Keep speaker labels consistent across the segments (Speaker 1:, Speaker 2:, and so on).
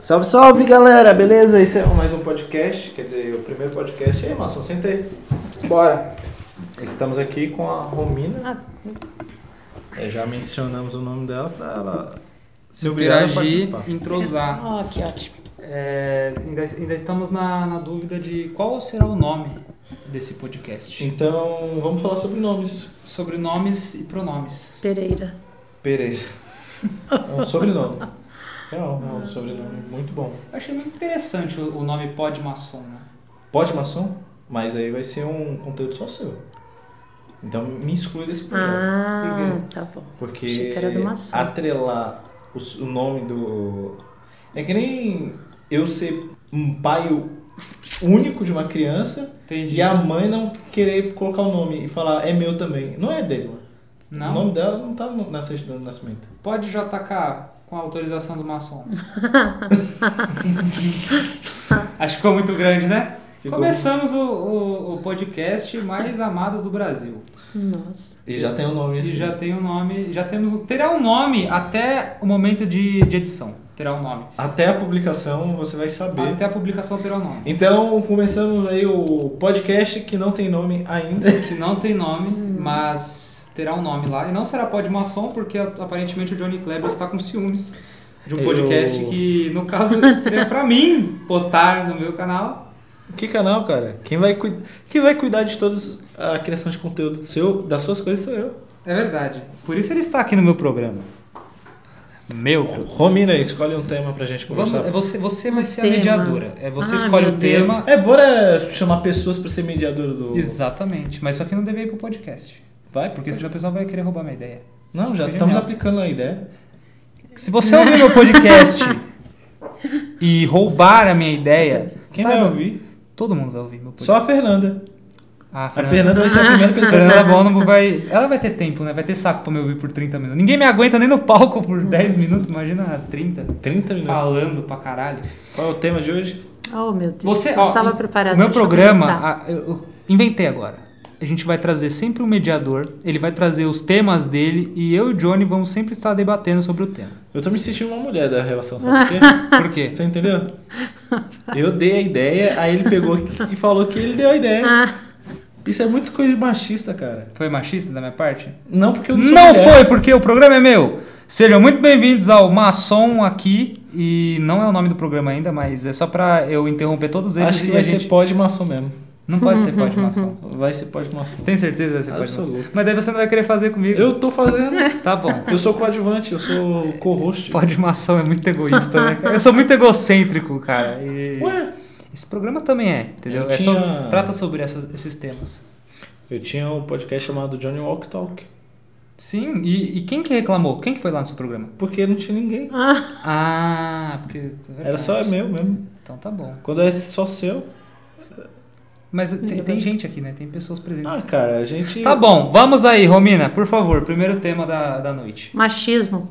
Speaker 1: Salve, salve galera, beleza? Esse é mais um podcast, quer dizer, o primeiro podcast. E aí, Maçom, senta aí.
Speaker 2: Bora.
Speaker 1: Estamos aqui com a Romina,
Speaker 3: Ah,
Speaker 1: É, já mencionamos o nome dela pra ela se obrigar a
Speaker 2: Interagir,
Speaker 1: participar.
Speaker 2: entrosar.
Speaker 3: ah, que ótimo.
Speaker 2: É, ainda, ainda estamos na, na dúvida de qual será o nome desse podcast.
Speaker 1: Então, vamos falar sobre nomes.
Speaker 2: Sobre nomes e pronomes.
Speaker 3: Pereira.
Speaker 1: Pereira. É um sobrenome. Real, é um sobrenome muito bom.
Speaker 2: Eu achei muito interessante o, o nome Pod Maçom, né?
Speaker 1: Pode, Maçom? Mas aí vai ser um conteúdo só seu. Então, me exclui desse
Speaker 2: É,
Speaker 1: projeto.
Speaker 3: Ah, tá bom. Achei
Speaker 1: Porque
Speaker 3: que era do maçom.
Speaker 1: atrelar o, s- o nome do. É que nem eu ser um pai único de uma criança
Speaker 2: Entendi.
Speaker 1: e a mãe não querer colocar o nome e falar é meu também. Não é dele. mano. O
Speaker 2: Não?
Speaker 1: nome dela não tá no- na certidão de nascimento.
Speaker 2: Pode JK com a autorização do Maçom. Acho que ficou muito grande, né?
Speaker 1: Ficou.
Speaker 2: Começamos o, o, o podcast mais amado do Brasil.
Speaker 3: Nossa.
Speaker 1: E já tem o nome
Speaker 2: E
Speaker 1: assim.
Speaker 2: já tem o nome, já temos, o- terá um nome até o momento de, de edição, terá um nome.
Speaker 1: Até a publicação você vai saber.
Speaker 2: Até a publicação terá um nome.
Speaker 1: Então começamos aí o podcast que não tem nome ainda.
Speaker 2: É Que não tem nome,
Speaker 3: Hum.
Speaker 2: mas terá um nome lá. E não será Pod Maçom, porque a- aparentemente o Johnny Kleber está com ciúmes de um
Speaker 1: Eu-
Speaker 2: podcast que, no caso, seria pra mim postar no meu canal.
Speaker 1: Que canal, cara? Quem vai, cuid- Quem vai cuidar de todos a criação de conteúdo seu, das suas coisas sou eu.
Speaker 2: É verdade. Por isso ele está aqui no meu programa. Meu programa.
Speaker 1: Romina, escolhe um tema pra gente
Speaker 2: Vamos,
Speaker 1: conversar.
Speaker 2: é você, você vai ser a
Speaker 3: Um Tema.
Speaker 2: mediadora. É você
Speaker 3: Ah,
Speaker 2: escolhe
Speaker 3: meu
Speaker 2: o tema.
Speaker 1: É, bora chamar pessoas pra ser mediadora do.
Speaker 2: Exatamente. Mas só que não deve ir pro podcast.
Speaker 1: Vai, porque.
Speaker 2: Porque senão o pessoal vai querer roubar minha ideia.
Speaker 1: Não, já
Speaker 2: Foi
Speaker 1: estamos
Speaker 2: genial.
Speaker 1: aplicando a ideia.
Speaker 2: Se você ouvir meu podcast e roubar a minha ideia,
Speaker 1: Quem
Speaker 2: saiba,
Speaker 1: vai ouvir?
Speaker 2: Todo mundo vai ouvir meu podcast.
Speaker 1: Só a Fernanda.
Speaker 2: Ah,
Speaker 1: A Fernanda vai ser a primeira
Speaker 2: A
Speaker 1: pessoa.
Speaker 2: Fernanda Bonomo vai. Ela vai ter tempo, né? Vai ter saco pra me ouvir por 30 minutos. Ninguém me aguenta nem no palco por 10 minutos, imagina 30.
Speaker 1: 30 minutos.
Speaker 2: Falando pra caralho.
Speaker 1: Qual é o tema de hoje?
Speaker 3: Oh, meu Deus.
Speaker 2: Você,
Speaker 3: eu
Speaker 2: ó,
Speaker 3: estava preparado.
Speaker 2: O meu
Speaker 3: deixa eu
Speaker 2: programa,
Speaker 3: pensar.
Speaker 2: a- eu, eu inventei agora. A gente vai trazer sempre um mediador, ele vai trazer os temas dele e eu e o Johnny vamos sempre estar debatendo sobre o tema.
Speaker 1: Eu tô me sentindo uma mulher da relação, sabe por quê?
Speaker 2: Por quê?
Speaker 1: Você entendeu? Eu dei a ideia, aí ele pegou e falou que ele deu a ideia.
Speaker 3: Ah,
Speaker 1: Isso é muito coisa de machista, cara.
Speaker 2: Foi machista da minha parte?
Speaker 1: Não porque eu não sou
Speaker 2: Não
Speaker 1: mulher.
Speaker 2: foi, porque o programa é meu. Sejam muito bem-vindos ao Maçom aqui. E não é o nome do programa ainda, mas é só pra eu interromper todos eles.
Speaker 1: Acho que
Speaker 2: e
Speaker 1: vai
Speaker 2: a gente...
Speaker 1: ser pode maçom mesmo.
Speaker 2: Não pode ser pode maçom.
Speaker 1: Vai ser pode maçom.
Speaker 2: Você tem certeza que vai ser pode maçom?
Speaker 1: Absoluto.
Speaker 2: Mas daí você não vai querer fazer comigo.
Speaker 1: Eu tô fazendo.
Speaker 2: Tá bom.
Speaker 1: Eu sou coadjuvante, eu sou co-host.
Speaker 2: Pode maçom é muito egoísta, né? Eu sou muito egocêntrico, cara. E...
Speaker 1: Ué,
Speaker 2: Esse programa também é, entendeu?
Speaker 1: Eu
Speaker 2: É só-
Speaker 1: tinha-
Speaker 2: Trata sobre essa- esses temas.
Speaker 1: eu tinha um podcast chamado Johnny Walk Talk.
Speaker 2: Sim, e, e quem que reclamou? Quem que foi lá no seu programa?
Speaker 1: Porque não tinha ninguém.
Speaker 2: Ah, porque. é
Speaker 1: Era só
Speaker 2: verdade.
Speaker 1: meu mesmo.
Speaker 2: Então tá bom.
Speaker 1: Quando é só seu.
Speaker 2: Mas tem,
Speaker 3: Ninguém
Speaker 2: tem
Speaker 3: vai-
Speaker 2: gente aqui, né? Tem pessoas presentes.
Speaker 1: Ah, cara, a gente.
Speaker 2: tá bom, vamos aí, Romina, por favor, primeiro tema da, da noite.
Speaker 3: Machismo.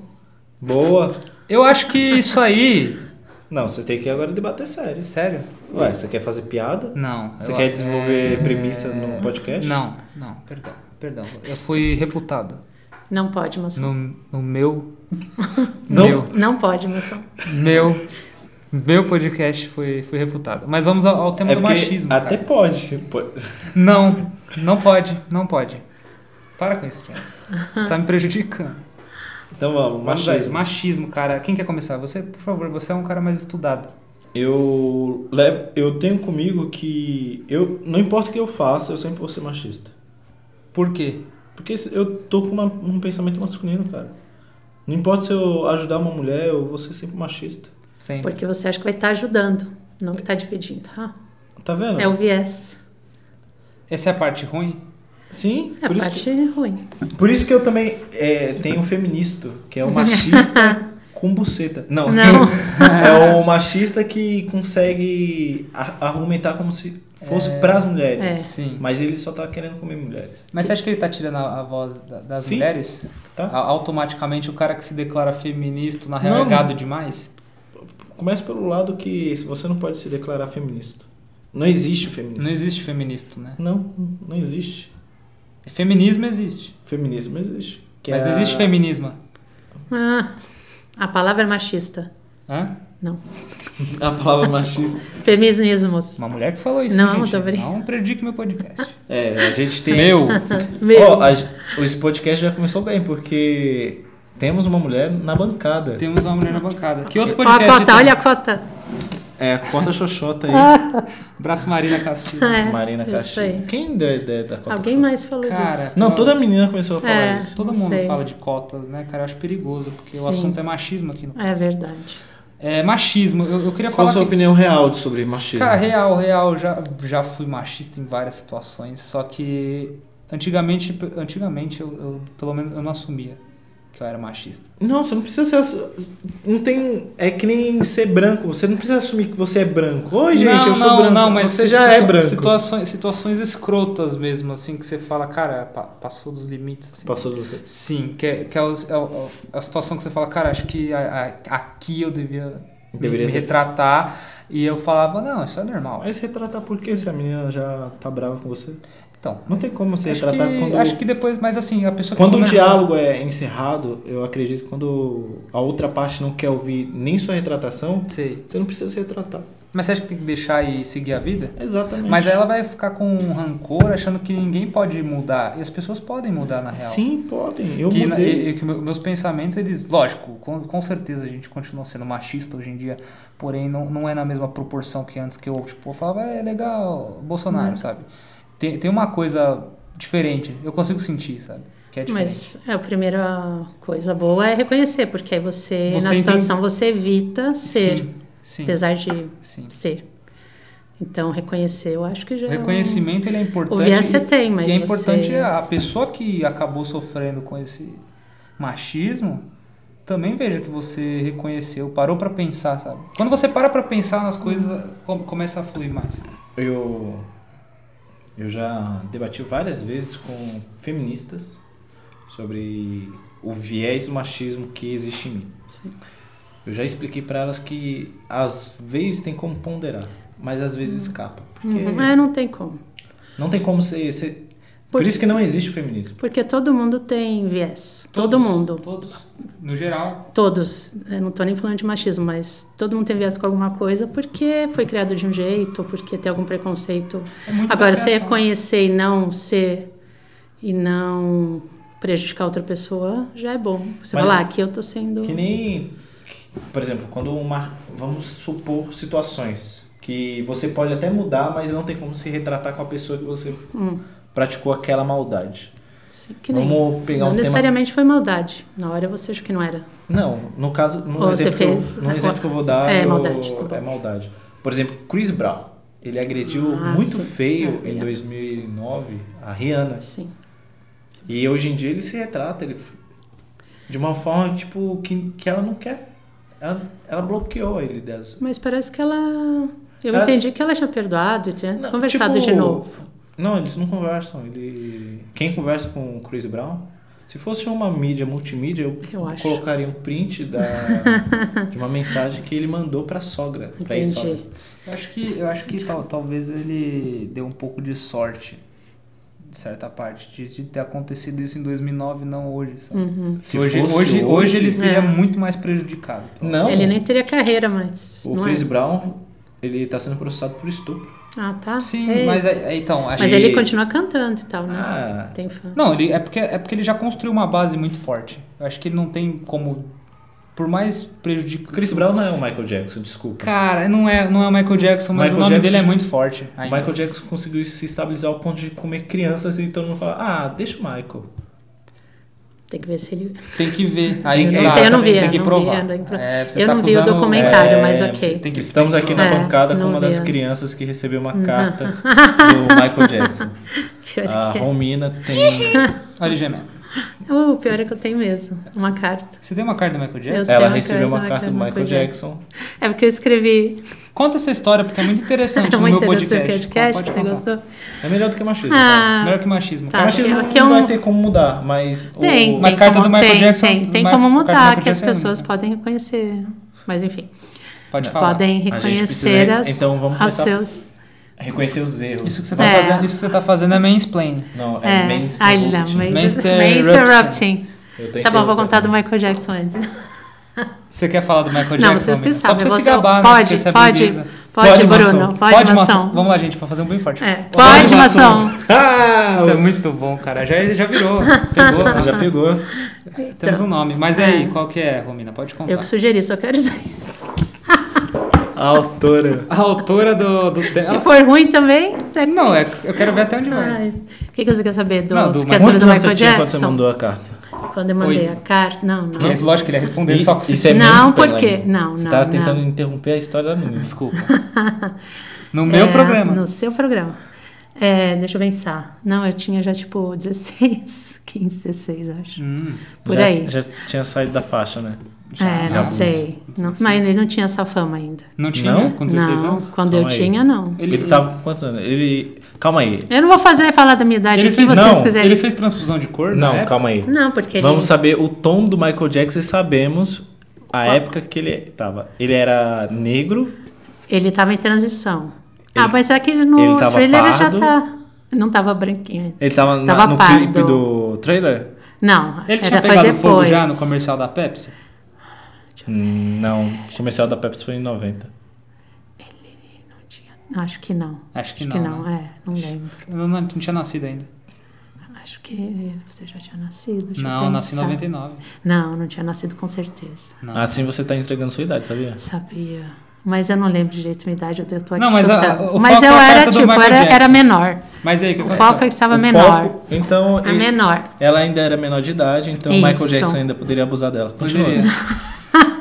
Speaker 1: Boa.
Speaker 2: Eu acho que isso aí.
Speaker 1: Não, você tem que agora debater sério.
Speaker 2: Sério?
Speaker 1: Ué, você quer fazer piada?
Speaker 2: Não.
Speaker 1: Você
Speaker 2: eu-
Speaker 1: quer desenvolver
Speaker 2: é,
Speaker 1: premissa no podcast?
Speaker 2: Não, não, perdão, perdão. Eu fui refutado.
Speaker 3: Não pode, maçom.
Speaker 2: No, no meu.
Speaker 1: Não.
Speaker 2: Meu.
Speaker 3: Não pode, maçom.
Speaker 2: Meu. Meu podcast foi, foi refutado. Mas vamos ao, ao tema
Speaker 1: É
Speaker 2: do
Speaker 1: porque
Speaker 2: machismo.
Speaker 1: até
Speaker 2: cara.
Speaker 1: pode. Po-
Speaker 2: Não, não pode, não pode. Para com isso, John. Você está me prejudicando.
Speaker 1: Então vamos,
Speaker 2: Vamos aí,
Speaker 1: machismo.
Speaker 2: machismo, cara. Quem quer começar? Você, por favor, você é um cara mais estudado.
Speaker 1: Eu, levo, eu tenho comigo que. Eu, não importa o que eu faça, eu sempre vou ser machista.
Speaker 2: Por quê?
Speaker 1: Porque se- eu tô com uma- um pensamento masculino, cara. Não importa se eu ajudar uma mulher, eu vou ser sempre machista.
Speaker 2: Sempre.
Speaker 3: Porque você acha que vai estar ajudando, não que está dividindo. Ah,
Speaker 1: Tá vendo?
Speaker 3: é o viés.
Speaker 2: Essa é a parte ruim?
Speaker 1: Sim,
Speaker 3: É a
Speaker 1: por, isso
Speaker 3: parte ruim.
Speaker 1: que, por isso que eu também é, tenho um feministo, que é o machista com buceta. Não,
Speaker 3: Não.
Speaker 1: é o machista que consegue a- argumentar como se fosse
Speaker 2: É.
Speaker 1: pras
Speaker 3: É.
Speaker 1: mulheres.
Speaker 2: Sim.
Speaker 1: Mas ele só tá querendo comer mulheres,
Speaker 2: Mas você acha que ele tá tirando a, a voz da- das
Speaker 1: Sim.
Speaker 2: mulheres?
Speaker 1: tá?
Speaker 2: A- automaticamente o cara que se declara feminista, na real,
Speaker 1: Não.
Speaker 2: é gado demais?
Speaker 1: Comece pelo lado que você não pode se declarar feminista. Não existe o
Speaker 2: Não
Speaker 1: feminismo.
Speaker 2: existe feminista, né?
Speaker 1: Não, não existe.
Speaker 2: Feminismo existe.
Speaker 1: Feminismo existe. Que
Speaker 2: mas
Speaker 1: é-
Speaker 2: não existe feminismo.
Speaker 3: Ah, a palavra é machista.
Speaker 2: Hã?
Speaker 3: Não.
Speaker 4: A palavra machista.
Speaker 3: Feminismos.
Speaker 2: Uma mulher que falou isso,
Speaker 3: Não,
Speaker 2: gente.
Speaker 3: tô brincando.
Speaker 2: Não predique meu podcast.
Speaker 4: É, a gente tem.
Speaker 2: meu!
Speaker 3: Meu,
Speaker 1: Ó, a- esse podcast já começou bem, porque temos uma mulher na bancada.
Speaker 2: Temos uma mulher na bancada. Que outro
Speaker 3: ó a
Speaker 2: podcast?
Speaker 3: cota,
Speaker 2: tem?
Speaker 3: olha a cota.
Speaker 1: É, corta a xoxota aí,
Speaker 2: Braço Marina Castilho.
Speaker 3: Ah, É,
Speaker 1: Marina
Speaker 3: isso
Speaker 1: Castilho.
Speaker 3: aí.
Speaker 1: Quem é da, da, da corta
Speaker 3: Alguém
Speaker 1: xoxota?
Speaker 3: mais falou
Speaker 2: Cara,
Speaker 3: disso.
Speaker 1: Não, toda menina começou a falar
Speaker 3: É.
Speaker 1: isso.
Speaker 2: Todo
Speaker 3: Não
Speaker 2: mundo
Speaker 3: sei.
Speaker 2: fala de cotas, né, cara? Eu acho perigoso, porque o
Speaker 3: Sim.
Speaker 2: assunto é machismo aqui. No...
Speaker 3: É verdade.
Speaker 2: É machismo. Eu, eu queria
Speaker 4: Qual a
Speaker 2: falar
Speaker 4: sua
Speaker 2: que...
Speaker 4: opinião real de- sobre machismo?
Speaker 2: Cara, real, real, já, já fui machista em várias situações, só que antigamente, antigamente eu, eu, pelo menos eu não assumia que eu era machista.
Speaker 1: Não, você não precisa ser. assu- Não tem. É que nem ser branco. Você não precisa assumir que você é branco. Oi, gente,
Speaker 2: não,
Speaker 1: eu sou
Speaker 2: não,
Speaker 1: branco.
Speaker 2: Não, mas
Speaker 1: você
Speaker 2: si-
Speaker 1: já
Speaker 2: situa-
Speaker 1: é branco.
Speaker 2: Situações, situações escrotas mesmo, assim, que você fala, cara, pa- passou dos limites. Assim.
Speaker 1: Passou de você.
Speaker 2: Sim, que, é- que é, o- é o- é a situação que você fala, cara, acho que a- a- aqui eu devia me-
Speaker 1: Deveria
Speaker 2: me
Speaker 1: ter-
Speaker 2: retratar. E eu falava, não, isso é normal.
Speaker 1: Mas retratar por quê se a menina já tá brava com você?
Speaker 2: Então,
Speaker 1: Não tem como você
Speaker 2: acho
Speaker 1: retratar
Speaker 2: que,
Speaker 1: tá quando.
Speaker 2: acho que depois, mas assim, a pessoa que
Speaker 1: Quando o
Speaker 2: começa-
Speaker 1: diálogo é encerrado, eu acredito que quando a outra parte não quer ouvir nem sua retratação,
Speaker 2: Sei.
Speaker 1: você não precisa se retratar.
Speaker 2: Mas você acha que tem que deixar e seguir a vida?
Speaker 1: Exatamente.
Speaker 2: Mas é aí ela vai ficar com um rancor, achando que ninguém pode mudar. E as pessoas podem mudar, na real.
Speaker 1: Sim, podem. Eu
Speaker 2: que, na-
Speaker 1: mudei.
Speaker 2: e- e que meu- meus pensamentos, eles, lógico, com, com certeza a gente continua sendo machista hoje em dia, porém não, não é na mesma proporção que antes que eu, tipo, eu falava, é legal,
Speaker 1: Uhum.
Speaker 2: Bolsonaro, sabe? Tem, tem uma coisa diferente, eu consigo sentir, sabe? Que é diferente.
Speaker 3: Mas é, a primeira coisa boa é reconhecer, porque aí você,
Speaker 2: Você
Speaker 3: na situação, você evita ser,
Speaker 2: Sim, sim,
Speaker 3: apesar de
Speaker 2: sim.
Speaker 3: ser. Então, reconhecer, eu acho que já
Speaker 2: O
Speaker 3: é um-
Speaker 2: reconhecimento ele é
Speaker 3: O
Speaker 2: importante.
Speaker 3: viés
Speaker 2: e-
Speaker 3: você tem, mas
Speaker 2: e é
Speaker 3: você...
Speaker 2: importante a pessoa que acabou sofrendo com esse machismo também veja que você reconheceu, parou pra pensar, sabe? Quando você para pra pensar nas coisas,
Speaker 3: Uhum.
Speaker 2: com- começa a fluir mais.
Speaker 1: Eu, eu já debati várias vezes com feministas sobre o viés do machismo que existe em mim.
Speaker 3: Sim.
Speaker 1: Eu já expliquei para elas que às vezes tem como ponderar, mas às vezes escapa. Porque
Speaker 3: Uhum. É, não tem como.
Speaker 1: não tem como ser. ser- Por
Speaker 3: Por-
Speaker 1: isso que não existe o feminismo.
Speaker 3: Porque todo mundo tem viés. todo
Speaker 2: Todos,
Speaker 3: mundo.
Speaker 2: Todos. No geral.
Speaker 3: Todos. Eu não tô nem falando de machismo, mas todo mundo tem viés com alguma coisa porque foi criado de um jeito, porque tem algum preconceito.
Speaker 2: É muito
Speaker 3: Agora,
Speaker 2: da
Speaker 3: você
Speaker 2: criação.
Speaker 3: reconhecer e não ser e não prejudicar outra pessoa já é bom. Você
Speaker 1: Mas-
Speaker 3: falar, ah, aqui eu tô sendo.
Speaker 1: Que nem, por exemplo, quando uma. Vamos supor situações que você pode até mudar, mas não tem como se retratar com a pessoa que você praticou aquela maldade.
Speaker 3: Sim, Hum. assim", que nem.
Speaker 1: Vamos pegar
Speaker 3: não
Speaker 1: um tema
Speaker 3: necessariamente foi maldade. Na hora você acha que não era.
Speaker 1: Não, no caso, no,
Speaker 3: Ou você
Speaker 1: exemplo, que eu-
Speaker 3: fez
Speaker 1: no
Speaker 3: a
Speaker 1: exemplo
Speaker 3: cor-
Speaker 1: que eu vou dar
Speaker 3: É,
Speaker 1: eu-
Speaker 3: maldade, tá bom.
Speaker 1: é maldade. Por exemplo, Chris Brown. Ele agrediu
Speaker 3: Ah,
Speaker 1: muito
Speaker 3: sim.
Speaker 1: feio
Speaker 3: É,
Speaker 1: em
Speaker 3: é.
Speaker 1: 2009 a Rihanna.
Speaker 3: Sim.
Speaker 1: E hoje em dia ele se retrata ele, f- de uma forma tipo que, que ela não quer. Ela, ela bloqueou ele dessa.
Speaker 3: Mas parece que ela. Eu
Speaker 1: Ela-
Speaker 3: entendi que ela tinha perdoado e tinha
Speaker 1: Não,
Speaker 3: conversado
Speaker 1: tipo,
Speaker 3: de novo.
Speaker 1: Não, eles não conversam. Ele, quem conversa com o Chris Brown, se fosse uma mídia multimídia, eu,
Speaker 3: Eu acho.
Speaker 1: colocaria um print da, de uma mensagem que ele mandou pra sogra, pra ex-sogra.
Speaker 3: Entendi.
Speaker 2: Eu acho que, eu acho que tal- talvez ele deu um pouco de sorte, de certa parte, de, de ter acontecido isso em 2009 não hoje, sabe?
Speaker 3: Uhum.
Speaker 1: Se
Speaker 2: hoje,
Speaker 1: fosse
Speaker 2: hoje, hoje ele seria
Speaker 3: É.
Speaker 2: muito mais prejudicado. então.
Speaker 1: Não,
Speaker 3: Ele nem teria carreira, mas.
Speaker 1: o
Speaker 3: não é.
Speaker 1: Chris Brown, ele tá sendo processado por estupro.
Speaker 3: Ah, tá.
Speaker 2: Sim,
Speaker 3: Ei.
Speaker 2: mas é- é- então, acho
Speaker 3: Mas
Speaker 2: que-
Speaker 3: ele continua cantando e tal, né?
Speaker 1: Ah,
Speaker 3: Tem fã.
Speaker 2: Não, ele, é, porque, é porque ele já construiu uma base muito forte. Eu acho que ele não tem como. Por mais
Speaker 1: o
Speaker 2: prejudicar.
Speaker 1: Chris Brown não é o Michael Jackson, desculpa.
Speaker 2: Cara, não é, não é o Michael Jackson, mas
Speaker 1: Michael
Speaker 2: o nome
Speaker 1: Jackson-
Speaker 2: dele é muito forte.
Speaker 1: O
Speaker 2: ainda.
Speaker 1: Michael Jackson conseguiu se estabilizar ao ponto de comer crianças e todo mundo fala, ah, deixa o Michael.
Speaker 3: Tem que ver se ele.
Speaker 2: Tem que ver. Aí
Speaker 1: Tem que-
Speaker 2: que tá,
Speaker 1: Isso aí eu
Speaker 3: não
Speaker 2: também
Speaker 3: vi,
Speaker 2: tem que
Speaker 3: não vi,
Speaker 2: provar.
Speaker 3: eu não vi.
Speaker 2: É, você
Speaker 3: Eu
Speaker 2: tá
Speaker 3: não vi o
Speaker 2: acusando- É,
Speaker 3: documentário, mas ok.
Speaker 2: tem que-
Speaker 1: Estamos
Speaker 2: tem que
Speaker 1: aqui na
Speaker 3: É,
Speaker 1: bancada com
Speaker 3: não
Speaker 1: uma
Speaker 3: vi
Speaker 1: das
Speaker 3: ainda.
Speaker 1: crianças que recebeu uma carta do Michael Jackson.
Speaker 3: Pior
Speaker 1: A
Speaker 3: que é.
Speaker 1: Romina tem.
Speaker 2: Olha, Gemena.
Speaker 3: Uh, pior é que eu tenho mesmo. Uma carta.
Speaker 2: Você tem uma carta do Michael Jackson?
Speaker 3: Eu
Speaker 1: Ela
Speaker 3: tenho
Speaker 1: recebeu uma
Speaker 3: uma
Speaker 1: carta do Michael Jackson.
Speaker 3: É porque eu escrevi.
Speaker 2: Conta essa história, porque é muito interessante
Speaker 3: É
Speaker 2: no
Speaker 3: muito
Speaker 2: meu
Speaker 3: interessante o
Speaker 2: podcast.
Speaker 3: podcast.
Speaker 2: Pode
Speaker 3: Você
Speaker 2: contar.
Speaker 3: gostou?
Speaker 1: É melhor do que machismo. cara.
Speaker 3: Ah,
Speaker 2: Melhor que machismo.
Speaker 3: Tá.
Speaker 2: cara.
Speaker 1: machismo
Speaker 3: que- que é
Speaker 1: não vai
Speaker 3: um-
Speaker 1: ter como mudar, mas. o-
Speaker 3: tem.
Speaker 2: Mas
Speaker 3: tem
Speaker 2: carta
Speaker 3: como,
Speaker 2: do Michael
Speaker 3: tem,
Speaker 2: Jackson-
Speaker 3: Tem,
Speaker 2: do
Speaker 3: tem
Speaker 2: Ma-
Speaker 3: como
Speaker 2: carta do
Speaker 3: mudar,
Speaker 2: Michael
Speaker 3: que as
Speaker 2: Jackson é
Speaker 3: pessoas
Speaker 2: única.
Speaker 3: podem reconhecer. Mas enfim,
Speaker 2: Pode falar.
Speaker 3: podem
Speaker 1: A gente precisa-
Speaker 3: reconhecer as,
Speaker 1: então vamos
Speaker 3: as
Speaker 1: começar-
Speaker 3: seus.
Speaker 1: Reconhecer os erros.
Speaker 2: Isso que você tá,
Speaker 3: É.
Speaker 2: fazendo, isso que você tá fazendo é mansplaining.
Speaker 1: Não, é,
Speaker 3: É,
Speaker 1: mainstream.
Speaker 3: ai, não, mas-
Speaker 2: Mainstream
Speaker 3: mas
Speaker 2: interrupting.
Speaker 3: interrupting.
Speaker 1: Eu tô
Speaker 3: Tá bom, vou
Speaker 1: interrompendo.
Speaker 3: contar do Michael Jackson antes.
Speaker 2: Você quer falar do Michael Jackson?
Speaker 3: Não, vocês que
Speaker 2: amiga? Só
Speaker 3: sabem.
Speaker 2: pra você
Speaker 3: você
Speaker 2: se gabar, né? Porque
Speaker 3: pode,
Speaker 2: você é
Speaker 3: pode,
Speaker 2: burguesa.
Speaker 3: pode, Bruno.
Speaker 2: maçom.
Speaker 3: Pode, mação.
Speaker 2: Vamos lá, gente, pra fazer um bem forte.
Speaker 3: É, pode, mação.
Speaker 1: Ah,
Speaker 2: Isso é muito bom, cara. Já, já virou. Pegou.
Speaker 1: o- já
Speaker 2: né?
Speaker 1: pegou.
Speaker 2: Temos um nome. Mas e
Speaker 3: É.
Speaker 2: aí, qual que é, Romina? Pode contar.
Speaker 3: Eu que sugeri, só quero dizer.
Speaker 1: A autora.
Speaker 2: A autora do... do
Speaker 3: Se
Speaker 2: dela-
Speaker 3: for ruim também, tá-
Speaker 2: Não, é- eu quero ver até onde vai.
Speaker 3: Ai, O que, que você quer saber? Do,
Speaker 2: Não, do
Speaker 3: você quer
Speaker 2: Michael-
Speaker 3: saber do
Speaker 1: Quantos anos
Speaker 3: Michael
Speaker 1: você tinha quando você
Speaker 3: Jackson?
Speaker 1: mandou a carta?
Speaker 3: Quando eu mandei
Speaker 2: Oito.
Speaker 3: a carta. Não, não.
Speaker 2: Porque, é lógico, ele ia responder só com
Speaker 1: E- isso é
Speaker 3: Não,
Speaker 1: menos pra
Speaker 3: por
Speaker 1: ela
Speaker 3: quê?
Speaker 1: ainda.
Speaker 3: Não,
Speaker 1: Você
Speaker 3: não,
Speaker 1: tá
Speaker 3: não.
Speaker 1: tentando interromper a história da menina.
Speaker 2: Desculpa. No meu
Speaker 3: É,
Speaker 2: programa.
Speaker 3: No seu programa. É, deixa eu pensar. Não, eu tinha já tipo 16, 15, 16, acho.
Speaker 2: Hum.
Speaker 3: Por
Speaker 1: Já-
Speaker 3: aí.
Speaker 1: Já tinha saído da faixa, né?
Speaker 3: é, não
Speaker 1: já-
Speaker 3: sei. Não- mas ele não tinha essa fama ainda.
Speaker 2: Não tinha
Speaker 1: Não?
Speaker 2: com 16
Speaker 3: não,
Speaker 2: anos?
Speaker 3: quando eu
Speaker 1: Calma aí.
Speaker 3: tinha, não.
Speaker 1: Ele,
Speaker 2: Ele-
Speaker 1: tava com quantos anos? Ele. Calma aí.
Speaker 3: Eu não vou fazer falar da minha idade, o que
Speaker 2: fez,
Speaker 3: vocês
Speaker 1: não,
Speaker 3: quiserem.
Speaker 2: ele fez transfusão de cor? na
Speaker 1: Não,
Speaker 2: época?
Speaker 1: calma aí.
Speaker 3: Não, porque ele...
Speaker 1: Vamos saber o tom do Michael Jackson e sabemos a época que ele tava. Ele era negro,
Speaker 3: Ele estava em transição. ah,
Speaker 1: Ele-
Speaker 3: mas é que ele no
Speaker 1: ele tava
Speaker 3: trailer ele já
Speaker 1: pardo.
Speaker 3: tá. Não tava branquinho.
Speaker 1: ele tava, na-
Speaker 3: Tava
Speaker 1: no
Speaker 3: pardo.
Speaker 1: clipe do trailer?
Speaker 3: Não,
Speaker 2: Ele tinha
Speaker 3: era foi
Speaker 2: pegado
Speaker 3: depois.
Speaker 2: fogo já no comercial da Pepsi?
Speaker 1: Hum, Não. O comercial da Pepsi foi em 90.
Speaker 3: Não tinha- Acho que não.
Speaker 2: Acho que
Speaker 3: Acho
Speaker 2: não.
Speaker 3: que não,
Speaker 2: né?
Speaker 3: é, não lembro.
Speaker 2: Eu não, não tinha nascido ainda.
Speaker 3: Acho que você já tinha nascido. deixa eu
Speaker 2: não, nasci em
Speaker 3: pensar.
Speaker 2: 99.
Speaker 3: Não, não tinha nascido com certeza.
Speaker 2: Não.
Speaker 1: Assim você tá entregando sua idade, sabia?
Speaker 3: Sabia. Mas eu não lembro direito minha idade, eu tô aqui
Speaker 2: Não, mas a-
Speaker 3: chutando.
Speaker 2: o
Speaker 3: mas
Speaker 2: foco
Speaker 3: eu
Speaker 2: é a
Speaker 3: era
Speaker 2: carta do
Speaker 3: tipo,
Speaker 2: Michael
Speaker 3: era, era
Speaker 2: Jackson.
Speaker 3: menor.
Speaker 2: Mas aí, o é que
Speaker 3: O
Speaker 2: aconteceu?
Speaker 3: foco é que estava
Speaker 1: O
Speaker 3: menor.
Speaker 1: foco- então,
Speaker 3: A
Speaker 1: ele-
Speaker 3: menor.
Speaker 1: ela ainda era menor de idade, então o
Speaker 3: Isso.
Speaker 1: Michael Jackson ainda poderia abusar dela. Continua.
Speaker 2: Poderia.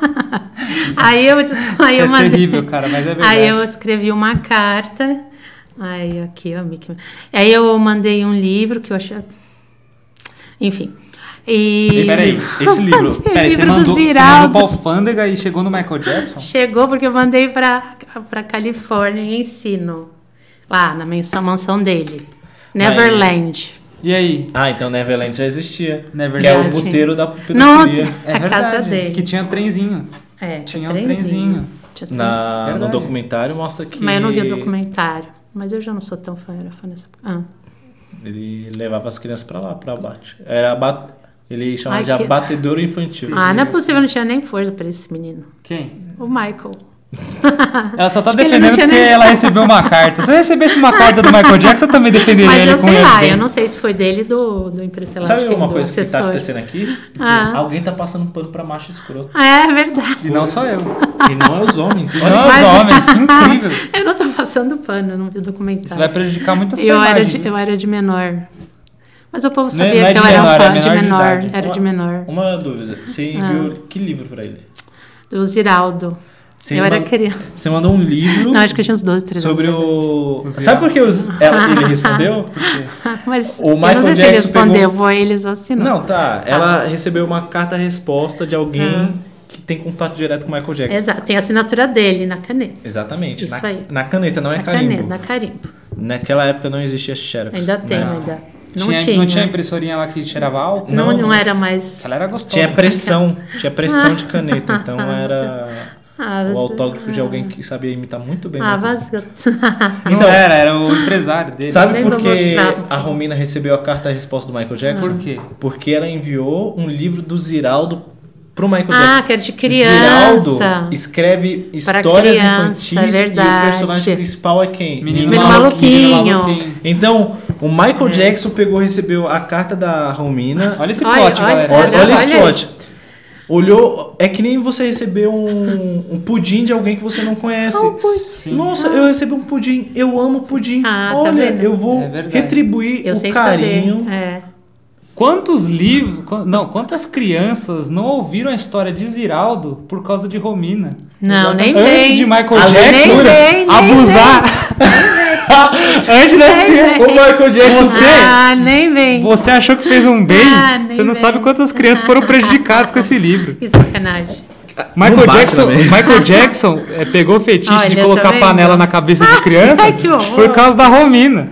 Speaker 3: Aí eu, des- aí
Speaker 2: Isso
Speaker 3: eu
Speaker 2: é
Speaker 3: mandei.
Speaker 2: terrível, cara, mas é verdade.
Speaker 3: Aí eu escrevi uma carta. Aí aqui, ó, Mickey. Aí eu mandei um livro que eu achei. Enfim. E.
Speaker 1: Esse
Speaker 2: Peraí.
Speaker 1: livro, esse livro.
Speaker 3: É
Speaker 2: Peraí, você
Speaker 3: livro do
Speaker 2: mandou, você
Speaker 3: Ziraldo.
Speaker 2: mandou pra alfândega e chegou no Michael Jackson?
Speaker 3: Chegou porque eu mandei pra, pra Califórnia em ensino. Lá, na mansão, mansão dele. Neverland.
Speaker 2: E aí?
Speaker 1: Ah, então Neverland já existia.
Speaker 2: Neverland.
Speaker 1: Que é o
Speaker 3: Verdade.
Speaker 1: puteiro da
Speaker 3: Não,
Speaker 1: pedofilia.
Speaker 2: É
Speaker 3: a
Speaker 2: verdade,
Speaker 3: casa dele.
Speaker 2: Que tinha trenzinho.
Speaker 3: É,
Speaker 2: Tinha um trenzinho.
Speaker 3: Tinha trenzinho.
Speaker 1: Na, no
Speaker 2: Verdade.
Speaker 1: documentário mostra que.
Speaker 3: Mas eu não vi o documentário. Mas eu já não sou tão fã, era fã nessa época. Ah.
Speaker 1: Ele levava as crianças pra lá, pra abate. Era abate. Ele chamava
Speaker 3: Ai,
Speaker 1: de
Speaker 3: que-
Speaker 1: abatedouro infantil.
Speaker 3: Ah, não é possível, não tinha nem força pra esse menino.
Speaker 2: Quem?
Speaker 3: O Michael.
Speaker 2: Ela só tá
Speaker 3: Ah, Acho que ele não
Speaker 2: defendendo
Speaker 3: tinha
Speaker 2: porque
Speaker 3: nem-
Speaker 2: ela recebeu uma carta. Se eu recebesse uma carta do Michael Jackson, eu também defenderia
Speaker 3: Mas
Speaker 2: ele é
Speaker 3: eu
Speaker 2: com
Speaker 3: sei
Speaker 2: meus
Speaker 3: lá, eu
Speaker 2: dentes.
Speaker 3: não sei se foi dele do, do impresso elástico,
Speaker 2: é
Speaker 1: Sabe uma
Speaker 3: do
Speaker 1: coisa que tá
Speaker 3: acessório.
Speaker 1: acontecendo aqui?
Speaker 3: Ah.
Speaker 1: Alguém tá passando pano pra macho escroto.
Speaker 3: Ah, É verdade.
Speaker 2: E não só eu. Não
Speaker 1: E não é os homens. Olha
Speaker 2: os homens, que é incrível.
Speaker 3: eu não tô passando pano, eu não vi o documentário.
Speaker 2: Isso vai prejudicar muito a sua
Speaker 3: Tá. eu,
Speaker 2: imagem.
Speaker 3: era de,
Speaker 2: viu?
Speaker 3: eu era de menor. Mas o povo
Speaker 2: Não é-
Speaker 3: sabia
Speaker 2: não é
Speaker 3: que eu
Speaker 2: de
Speaker 3: era
Speaker 2: menor,
Speaker 3: um
Speaker 2: é
Speaker 3: fã
Speaker 2: menor
Speaker 3: de
Speaker 2: de
Speaker 3: menor.
Speaker 2: idade.
Speaker 3: era de menor.
Speaker 1: Uma dúvida.
Speaker 3: Ah.
Speaker 1: Você enviou que livro pra ele?
Speaker 3: Do Ziraldo.
Speaker 1: Você
Speaker 3: eu era
Speaker 1: mand-
Speaker 3: criança.
Speaker 1: Você mandou um livro
Speaker 3: Não, acho que eu tinha uns 12, 13
Speaker 1: sobre o.
Speaker 2: Os
Speaker 1: Sabe por que os- ela- ele respondeu?
Speaker 3: anos. Ah, Mas
Speaker 1: O
Speaker 3: eu não
Speaker 1: Michael
Speaker 3: sei se ele
Speaker 1: Jackson pegou-
Speaker 3: respondeu, ou ele só assinou.
Speaker 1: Não, tá. Ela recebeu uma carta-resposta de alguém
Speaker 3: Ah.
Speaker 1: que tem contato direto com o Michael Jackson.
Speaker 3: Exato, tem a assinatura dele na caneta.
Speaker 1: Exatamente.
Speaker 3: Isso
Speaker 1: na,
Speaker 3: aí.
Speaker 1: na caneta, não é
Speaker 3: na
Speaker 1: carimbo.
Speaker 3: caneta, na carimbo.
Speaker 1: Naquela época não existia xerox.
Speaker 3: Ainda tem,
Speaker 1: né?
Speaker 3: ainda. Não
Speaker 2: Tinha-
Speaker 3: tinha. né?
Speaker 2: Não tinha impressorinha lá que cheirava álcool?
Speaker 3: Não,
Speaker 1: Não,
Speaker 3: não
Speaker 1: não.
Speaker 3: era mais.
Speaker 2: Ela era gostosa.
Speaker 1: Tinha pressão, tinha pressão de caneta, então era
Speaker 3: Ah,
Speaker 1: o
Speaker 3: você-
Speaker 1: autógrafo de alguém que sabia imitar muito bem.
Speaker 3: Ah,
Speaker 1: mesmo.
Speaker 3: vasga.
Speaker 2: Não
Speaker 1: Então-
Speaker 2: era, era o empresário dele.
Speaker 1: Sabe
Speaker 3: Nem vou
Speaker 1: por que
Speaker 3: mostrar. Ah.
Speaker 1: a Romina recebeu a carta resposta do Michael Jackson?
Speaker 2: É, Por quê?
Speaker 1: Porque ela enviou um livro do Ziraldo pro Michael
Speaker 3: ah,
Speaker 1: Jackson.
Speaker 3: que era de criança.
Speaker 1: Ziraldo escreve
Speaker 3: Pra
Speaker 1: histórias
Speaker 3: criança,
Speaker 1: infantis
Speaker 3: é
Speaker 1: e o personagem
Speaker 3: verdade.
Speaker 1: principal é quem?
Speaker 3: Menino maluquinho.
Speaker 1: Então, o Michael
Speaker 3: É.
Speaker 1: Jackson pegou, recebeu a carta da Romina.
Speaker 2: Olha esse
Speaker 3: Olha,
Speaker 2: plot, galera.
Speaker 1: Olha, olha esse
Speaker 3: Ah, Olha
Speaker 1: plot.
Speaker 3: isso.
Speaker 1: Olhou, é que nem você receber um, um pudim de alguém que você não conhece.
Speaker 2: Sim.
Speaker 1: Nossa, eu recebi um pudim, eu amo pudim.
Speaker 3: Ah, tá
Speaker 1: Olha,
Speaker 3: vendo?
Speaker 1: eu vou
Speaker 2: É verdade.
Speaker 1: retribuir
Speaker 3: Eu
Speaker 1: o
Speaker 3: sem
Speaker 1: carinho.
Speaker 3: saber. É.
Speaker 2: Quantos livros, quan- não, quantas crianças não ouviram a história de Ziraldo por causa de Romina?
Speaker 3: Não, nem
Speaker 2: Antes
Speaker 3: vem.
Speaker 2: de Michael
Speaker 1: A
Speaker 2: Jackson
Speaker 1: leitura.
Speaker 3: Nem vem, nem
Speaker 2: abusar.
Speaker 3: É.
Speaker 2: Antes dessa
Speaker 3: Nem vem.
Speaker 1: O Michael Jackson.
Speaker 2: Você-
Speaker 3: Ah, nem vem.
Speaker 2: Você achou que fez um bem?
Speaker 3: Ah, nem
Speaker 2: você não
Speaker 3: vem.
Speaker 2: sabe quantas crianças foram prejudicadas com esse livro.
Speaker 3: Que sacanagem.
Speaker 2: Michael
Speaker 1: bate
Speaker 2: Jackson,
Speaker 1: também.
Speaker 2: Michael Jackson eh, pegou o fetiche
Speaker 3: Olha,
Speaker 2: de colocar
Speaker 3: tá vendo?
Speaker 2: panela na cabeça de criança
Speaker 3: Ah, Ai, que horror.
Speaker 2: por causa da Romina.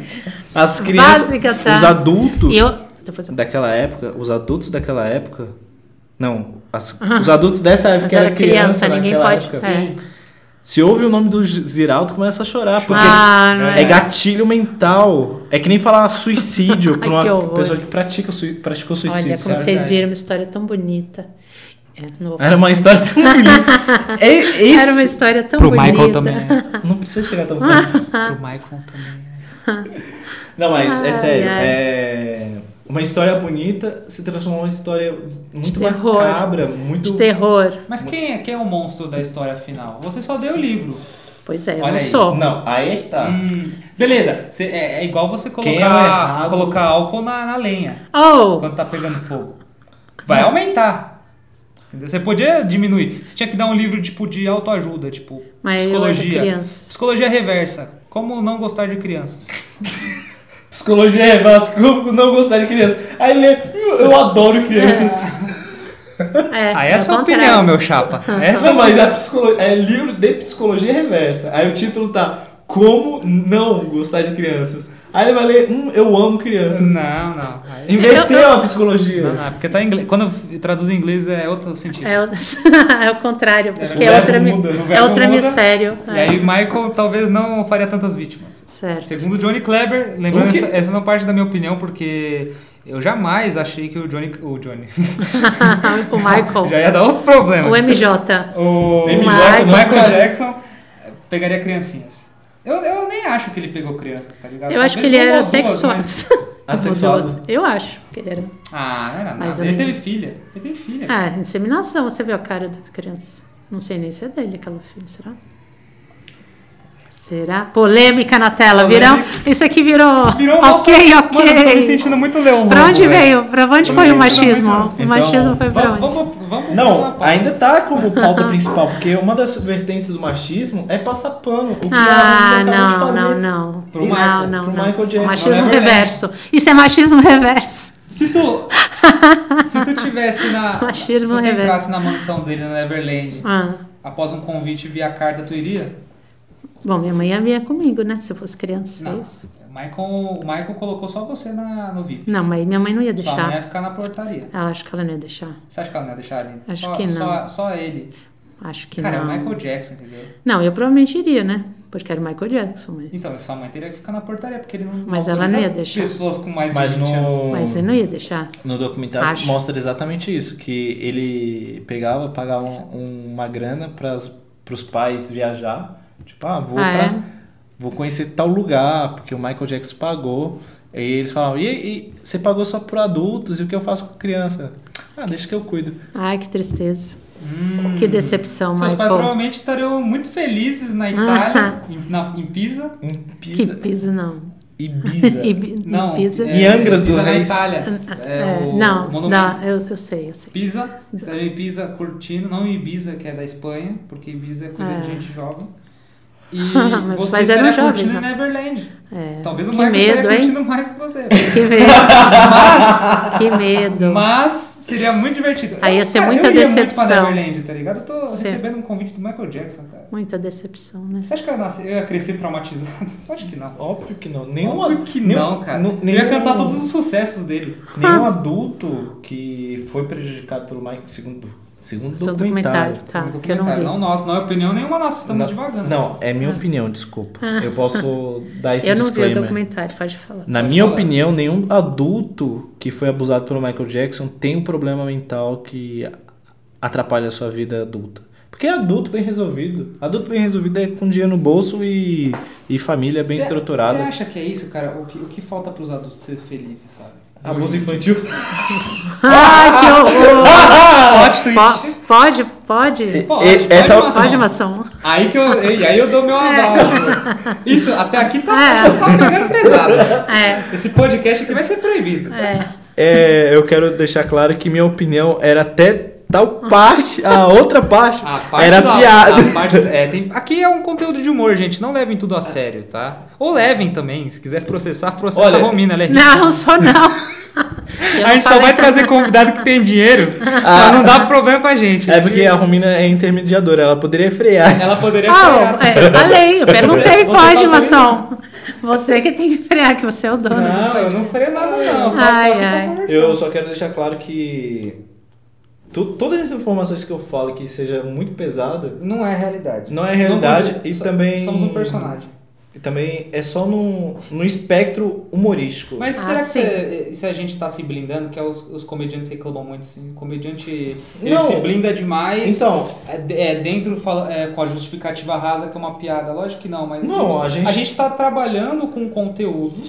Speaker 1: As crianças,
Speaker 3: Básica, tá?
Speaker 1: os adultos
Speaker 3: E eu. Depois eu...
Speaker 1: daquela época, os adultos daquela época, não, as- os adultos dessa época
Speaker 3: Mas
Speaker 1: que era
Speaker 3: era criança,
Speaker 1: criança
Speaker 3: ninguém
Speaker 1: naquela
Speaker 3: pode.
Speaker 1: época.
Speaker 3: É.
Speaker 1: Se ouve o nome do G- Ziraldo, começa a chorar, porque
Speaker 3: Ah, não
Speaker 1: é gatilho mental. É que nem falar suicídio
Speaker 3: Ai,
Speaker 1: pra
Speaker 3: que
Speaker 1: uma
Speaker 3: horror.
Speaker 1: pessoa que pratica, sui- praticou suicídio.
Speaker 2: é
Speaker 3: Olha, como
Speaker 1: sabe?
Speaker 3: vocês viram, uma história tão bonita. É, não vou
Speaker 1: Era uma história tão bonita. É, esse...
Speaker 3: Era uma história tão
Speaker 2: Pro
Speaker 3: bonita.
Speaker 2: Michael também. é.
Speaker 1: Não precisa chegar tão longe.
Speaker 2: Pro Michael também. é.
Speaker 1: Não, mas
Speaker 3: Ai,
Speaker 1: é sério.
Speaker 3: ai.
Speaker 1: É... Uma história bonita se transformou em uma história muito
Speaker 3: terror.
Speaker 1: macabra, muito.
Speaker 3: De terror.
Speaker 2: Mas quem é, quem é o monstro da história final? Você só deu o livro.
Speaker 3: Pois é, eu
Speaker 2: Olha
Speaker 3: não
Speaker 2: aí.
Speaker 3: sou.
Speaker 1: Não, aí é que tá.
Speaker 2: Hum, beleza, Cê- é, é igual você
Speaker 1: Quem é o
Speaker 2: colocar,
Speaker 1: errado?
Speaker 2: colocar álcool na, na lenha
Speaker 3: Oh,
Speaker 2: quando tá pegando fogo. Vai aumentar. Entendeu? Você podia diminuir. Você tinha que dar um livro tipo de autoajuda, tipo
Speaker 3: Mas eu era
Speaker 2: psicologia.
Speaker 3: criança.
Speaker 2: Psicologia reversa. Como não gostar de crianças.
Speaker 1: Psicologia é básico, não gostar de criança. Aí ele, eu, eu adoro criança.
Speaker 3: é,
Speaker 2: ah, essa é
Speaker 3: ao
Speaker 2: a sua
Speaker 3: contrário.
Speaker 2: opinião, meu chapa. Essa
Speaker 1: Essa, mas é, psicolo- é livro de psicologia reversa. Aí o título tá Como Não Gostar de Crianças. Aí ele vai ler, hum, eu amo crianças.
Speaker 2: Não, não. Aí-
Speaker 1: Inverteu a psicologia.
Speaker 2: Não, não, é porque tá em inglês. Quando traduz em inglês é outro sentido.
Speaker 3: É, o- é o contrário, porque
Speaker 1: o
Speaker 3: é,
Speaker 1: verbo
Speaker 3: outro, hemi-
Speaker 1: muda, o
Speaker 3: é
Speaker 2: verbo
Speaker 3: outro
Speaker 2: muda.
Speaker 3: hemisfério.
Speaker 2: E
Speaker 3: é.
Speaker 2: aí Michael talvez não faria tantas vítimas.
Speaker 3: Certo.
Speaker 2: Segundo Johnny Kleber,
Speaker 1: O
Speaker 2: lembrando,
Speaker 1: quê?
Speaker 2: essa, essa não é parte da minha opinião, porque eu jamais achei que o Johnny. O Johnny.
Speaker 3: Um o
Speaker 2: já
Speaker 3: Michael,
Speaker 2: ia dar outro problema.
Speaker 3: o MJ.
Speaker 2: O
Speaker 1: Michael
Speaker 2: Michael,
Speaker 1: não, é. cara.
Speaker 2: Jackson pegaria criancinhas. Eu, eu nem acho que ele pegou crianças, tá ligado?
Speaker 3: Eu acho que
Speaker 2: Talvez
Speaker 3: ele
Speaker 2: uma ou
Speaker 3: era
Speaker 2: duas,
Speaker 3: sexual.
Speaker 2: mas-
Speaker 1: Assexuado.
Speaker 3: Eu acho que ele era.
Speaker 2: Ah, não era
Speaker 3: Mais
Speaker 2: nada.
Speaker 3: ou
Speaker 2: Ele
Speaker 3: menos.
Speaker 2: teve filha. Ele teve filha.
Speaker 3: Ah, inseminação, você viu a cara da criança. Não sei nem se é dele aquela filha, será? Será? Polêmica na tela,
Speaker 2: Polêmica.
Speaker 3: virão? Isso aqui virou.
Speaker 2: Virou um
Speaker 3: ok,
Speaker 2: nosso-
Speaker 3: ok.
Speaker 2: Mano, eu tô me sentindo muito leão.
Speaker 3: Pra onde veio? Pra onde
Speaker 2: Tô me
Speaker 3: foi o
Speaker 2: sentindo
Speaker 3: machismo?
Speaker 2: muito-
Speaker 3: o
Speaker 1: Então,
Speaker 3: machismo foi pra
Speaker 2: Vamos,
Speaker 3: onde?
Speaker 2: vamos, vamos continuar a
Speaker 1: Não,
Speaker 2: pauta.
Speaker 1: ainda tá como pauta principal, porque uma das vertentes do machismo é passar pano. O que a
Speaker 3: Ah,
Speaker 1: Aline acabou
Speaker 3: não,
Speaker 1: de
Speaker 3: não,
Speaker 1: fazer.
Speaker 3: não.
Speaker 2: Pro
Speaker 3: não,
Speaker 2: Michael,
Speaker 3: não,
Speaker 1: pro
Speaker 3: não.
Speaker 1: Michael Jackson.
Speaker 3: Machismo
Speaker 2: Não é verdade.
Speaker 3: reverso. Isso é machismo reverso.
Speaker 2: Se tu. se tu tivesse na.
Speaker 3: Machismo
Speaker 2: se você
Speaker 3: reverso.
Speaker 2: entrasse na mansão dele na Neverland,
Speaker 3: Ah,
Speaker 2: após um convite via carta, tu iria?
Speaker 3: Bom, minha mãe ia vir comigo, né? Se eu fosse criança, é
Speaker 2: Não.
Speaker 3: isso.
Speaker 2: Michael, o Michael colocou só você na, no VIP.
Speaker 3: Não, mas minha mãe não ia
Speaker 2: Sua mãe ia
Speaker 3: deixar.
Speaker 2: ficar na portaria.
Speaker 3: Ela acho que ela não ia deixar.
Speaker 2: Você acha que ela não ia deixar ali?
Speaker 3: Acho
Speaker 2: só,
Speaker 3: que não.
Speaker 2: Só, só ele.
Speaker 3: Acho que
Speaker 2: Cara,
Speaker 3: não.
Speaker 2: é o Michael Jackson, entendeu?
Speaker 3: Não, eu provavelmente iria, né? Porque era o Michael Jackson, mas.
Speaker 2: Então, sua mãe teria que ficar na portaria, porque ele não.
Speaker 3: Mas
Speaker 2: autoriza
Speaker 3: ela não ia deixar.
Speaker 2: Pessoas com mais
Speaker 1: Mas
Speaker 2: de 20 anos.
Speaker 1: no,
Speaker 3: Mas ele não ia deixar.
Speaker 1: no documentário
Speaker 3: Acho.
Speaker 1: mostra exatamente isso, que ele pegava, pagava um- uma grana pras, pros pais viajar. Tipo, ah, vou
Speaker 3: Ah,
Speaker 1: pra-
Speaker 3: é?
Speaker 1: vou conhecer tal lugar, porque o Michael Jackson pagou. E eles falavam, e, e você pagou só por adultos, e o que eu faço com criança? Ah, deixa que eu cuido.
Speaker 3: Ai, que tristeza.
Speaker 2: Hum.
Speaker 3: Que decepção,
Speaker 2: Seus pais
Speaker 3: Michael.
Speaker 2: provavelmente estariam muito felizes na Itália, em, na- em Pisa.
Speaker 1: Em
Speaker 3: Que
Speaker 1: Pisa.
Speaker 3: piso, não.
Speaker 1: Um Ibiza.
Speaker 3: Ibi-
Speaker 2: Não, é,
Speaker 3: Pisa.
Speaker 1: Em Angras do
Speaker 2: Pisa na
Speaker 1: Reis.
Speaker 2: Itália. É,
Speaker 3: É,
Speaker 2: o
Speaker 3: não,
Speaker 2: monumento.
Speaker 3: não eu, eu sei, eu sei.
Speaker 2: Pisa, estaria em Pisa curtindo, não em Ibiza, que é da Espanha, porque Ibiza é coisa
Speaker 3: É.
Speaker 2: de gente jovem. E
Speaker 3: Mas
Speaker 2: você
Speaker 3: pais eram
Speaker 2: estaria
Speaker 3: jovens,
Speaker 2: curtindo em
Speaker 3: né?
Speaker 2: Neverland.
Speaker 3: É,
Speaker 2: Talvez o
Speaker 3: que
Speaker 2: Michael
Speaker 3: medo,
Speaker 2: estaria
Speaker 3: hein?
Speaker 2: curtindo mais que você.
Speaker 3: Que medo.
Speaker 2: Mas,
Speaker 3: que medo.
Speaker 2: mas seria muito divertido.
Speaker 3: Então. Aí ia ser
Speaker 2: Cara,
Speaker 3: muita
Speaker 2: eu iria Muito
Speaker 3: decepção.
Speaker 2: pra Neverland, tá ligado? Eu tô
Speaker 3: Sim.
Speaker 2: recebendo um convite do Michael Jackson, cara.
Speaker 3: Muita decepção, né?
Speaker 2: Você acha que eu ia, nascer- eu ia crescer traumatizado? Acho que não.
Speaker 1: Óbvio que não. Nenhum,
Speaker 2: Nenhum, Óbvio que
Speaker 1: nenhum-
Speaker 2: não, cara.
Speaker 1: nu-
Speaker 2: Eu ia
Speaker 1: nenhum-
Speaker 2: cantar todos os sucessos dele.
Speaker 1: Nenhum adulto que foi prejudicado pelo Michael, segundo, segundo
Speaker 3: Seu
Speaker 1: documentário.
Speaker 3: documentário, tá,
Speaker 2: No
Speaker 3: que eu não
Speaker 2: documentário.
Speaker 3: vi.
Speaker 2: Não nosso, não é opinião nenhuma nossa, estamos né? Ah.
Speaker 1: não,
Speaker 2: devagando.
Speaker 1: não, é minha opinião, desculpa. Eu posso dar esse
Speaker 3: Ah. eu não vi o
Speaker 1: disclaimer.
Speaker 3: documentário, pode falar.
Speaker 1: Na
Speaker 2: Pode
Speaker 1: minha
Speaker 2: falar.
Speaker 1: opinião, nenhum adulto que foi abusado pelo Michael Jackson tem um problema mental que atrapalha a sua vida adulta. Porque é adulto bem resolvido. Adulto bem resolvido é com dinheiro no bolso e, e família é bem
Speaker 2: Você
Speaker 1: estruturada.
Speaker 2: acha que é isso, cara? O que, o que falta pros adultos ser felizes, sabe?
Speaker 1: Abuso infantil.
Speaker 3: Ai, que
Speaker 2: Ah,
Speaker 3: horror!
Speaker 2: Plot twist.
Speaker 3: Po- pode, pode?
Speaker 2: Pode,
Speaker 1: E-
Speaker 2: pode
Speaker 1: essa- é
Speaker 2: uma ação.
Speaker 3: Pode, maçom?
Speaker 2: Aí que eu, e aí eu dou meu aval. Isso, até aqui tá,
Speaker 3: É.
Speaker 2: tá pegando pesado.
Speaker 3: É,
Speaker 2: Esse podcast aqui vai ser proibido.
Speaker 3: é.
Speaker 1: É, eu quero deixar claro que minha opinião era até tal parte, a outra parte,
Speaker 2: A parte
Speaker 1: era
Speaker 2: da-
Speaker 1: piada.
Speaker 2: a parte- é, tem- aqui é um conteúdo de humor, gente. Não levem tudo a sério, tá? Ou levem também. Se quiser processar, processa
Speaker 1: Olha,
Speaker 2: a Romina. Ela é rica.
Speaker 3: Não, só não. Eu
Speaker 2: A gente só
Speaker 3: falei- Ah.
Speaker 2: vai trazer convidado que tem dinheiro pra não dar problema pra gente.
Speaker 1: É porque a Romina é intermediadora, ela poderia frear.
Speaker 2: Ela poderia
Speaker 3: Ah,
Speaker 2: pegar.
Speaker 3: é, falei, eu perguntei,
Speaker 2: Você- você
Speaker 3: pode,
Speaker 2: tá
Speaker 3: maçom? Você que tem que frear, que você é o dono.
Speaker 2: Não, eu não falei nada, não. Só,
Speaker 3: Ai,
Speaker 2: só aqui pra
Speaker 3: ai.
Speaker 2: conversar.
Speaker 1: Eu só quero deixar claro que tu- todas as informações que eu falo que seja muito pesada
Speaker 2: Não é realidade.
Speaker 1: não é realidade
Speaker 2: Não
Speaker 1: e
Speaker 2: so-
Speaker 1: também
Speaker 2: Somos um personagem.
Speaker 1: E também é só no, no espectro humorístico.
Speaker 2: Mas será
Speaker 3: Ah,
Speaker 2: que
Speaker 3: sim.
Speaker 2: se, se a gente tá se blindando, que é os, os comediantes reclamam muito, assim, o comediante ele
Speaker 1: Não.
Speaker 2: se blinda demais,
Speaker 1: então,
Speaker 2: é, é, dentro fala- é, com a justificativa rasa que é uma piada, lógico que não, mas
Speaker 1: Não, a gente-
Speaker 2: é a gente um tá trabalhando com conteúdo,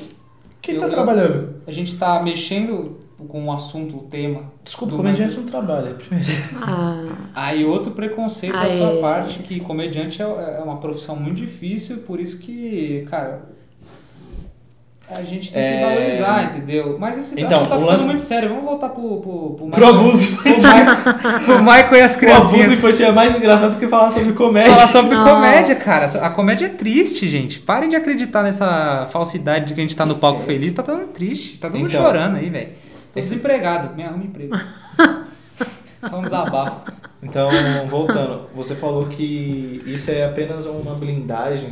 Speaker 1: quem
Speaker 2: Eu-
Speaker 1: tá
Speaker 2: eu-
Speaker 1: trabalhando?
Speaker 2: a gente tá mexendo com o assunto, o tema.
Speaker 1: Desculpa,
Speaker 2: do
Speaker 1: comediante não trabalha. Primeiro.
Speaker 3: Ah,
Speaker 2: Aí outro preconceito da
Speaker 3: Aí.
Speaker 2: sua parte, que comediante é, é uma profissão muito difícil, por isso que, cara, a gente tem que
Speaker 1: É.
Speaker 2: valorizar, entendeu? Mas esse
Speaker 1: Então,
Speaker 2: assunto
Speaker 1: o
Speaker 2: tá ficando
Speaker 1: lance-
Speaker 2: muito sério, vamos voltar pro... Pro, pro
Speaker 1: Pro abuso infantil.
Speaker 2: o Michael e as
Speaker 1: Pro abuso
Speaker 2: criancinhas.
Speaker 1: infantil é mais engraçado do que falar sobre
Speaker 2: Falar
Speaker 1: comédia.
Speaker 2: sobre
Speaker 3: Nossa.
Speaker 2: comédia, cara. A comédia é triste, gente. Parem de acreditar nessa falsidade de que a gente tá no palco feliz. Tá todo mundo triste. Tá todo mundo
Speaker 1: Então.
Speaker 2: chorando aí, velho. Tô desempregado. Me arruma emprego. Só um desabafo.
Speaker 1: Então, voltando, você falou que isso é apenas uma blindagem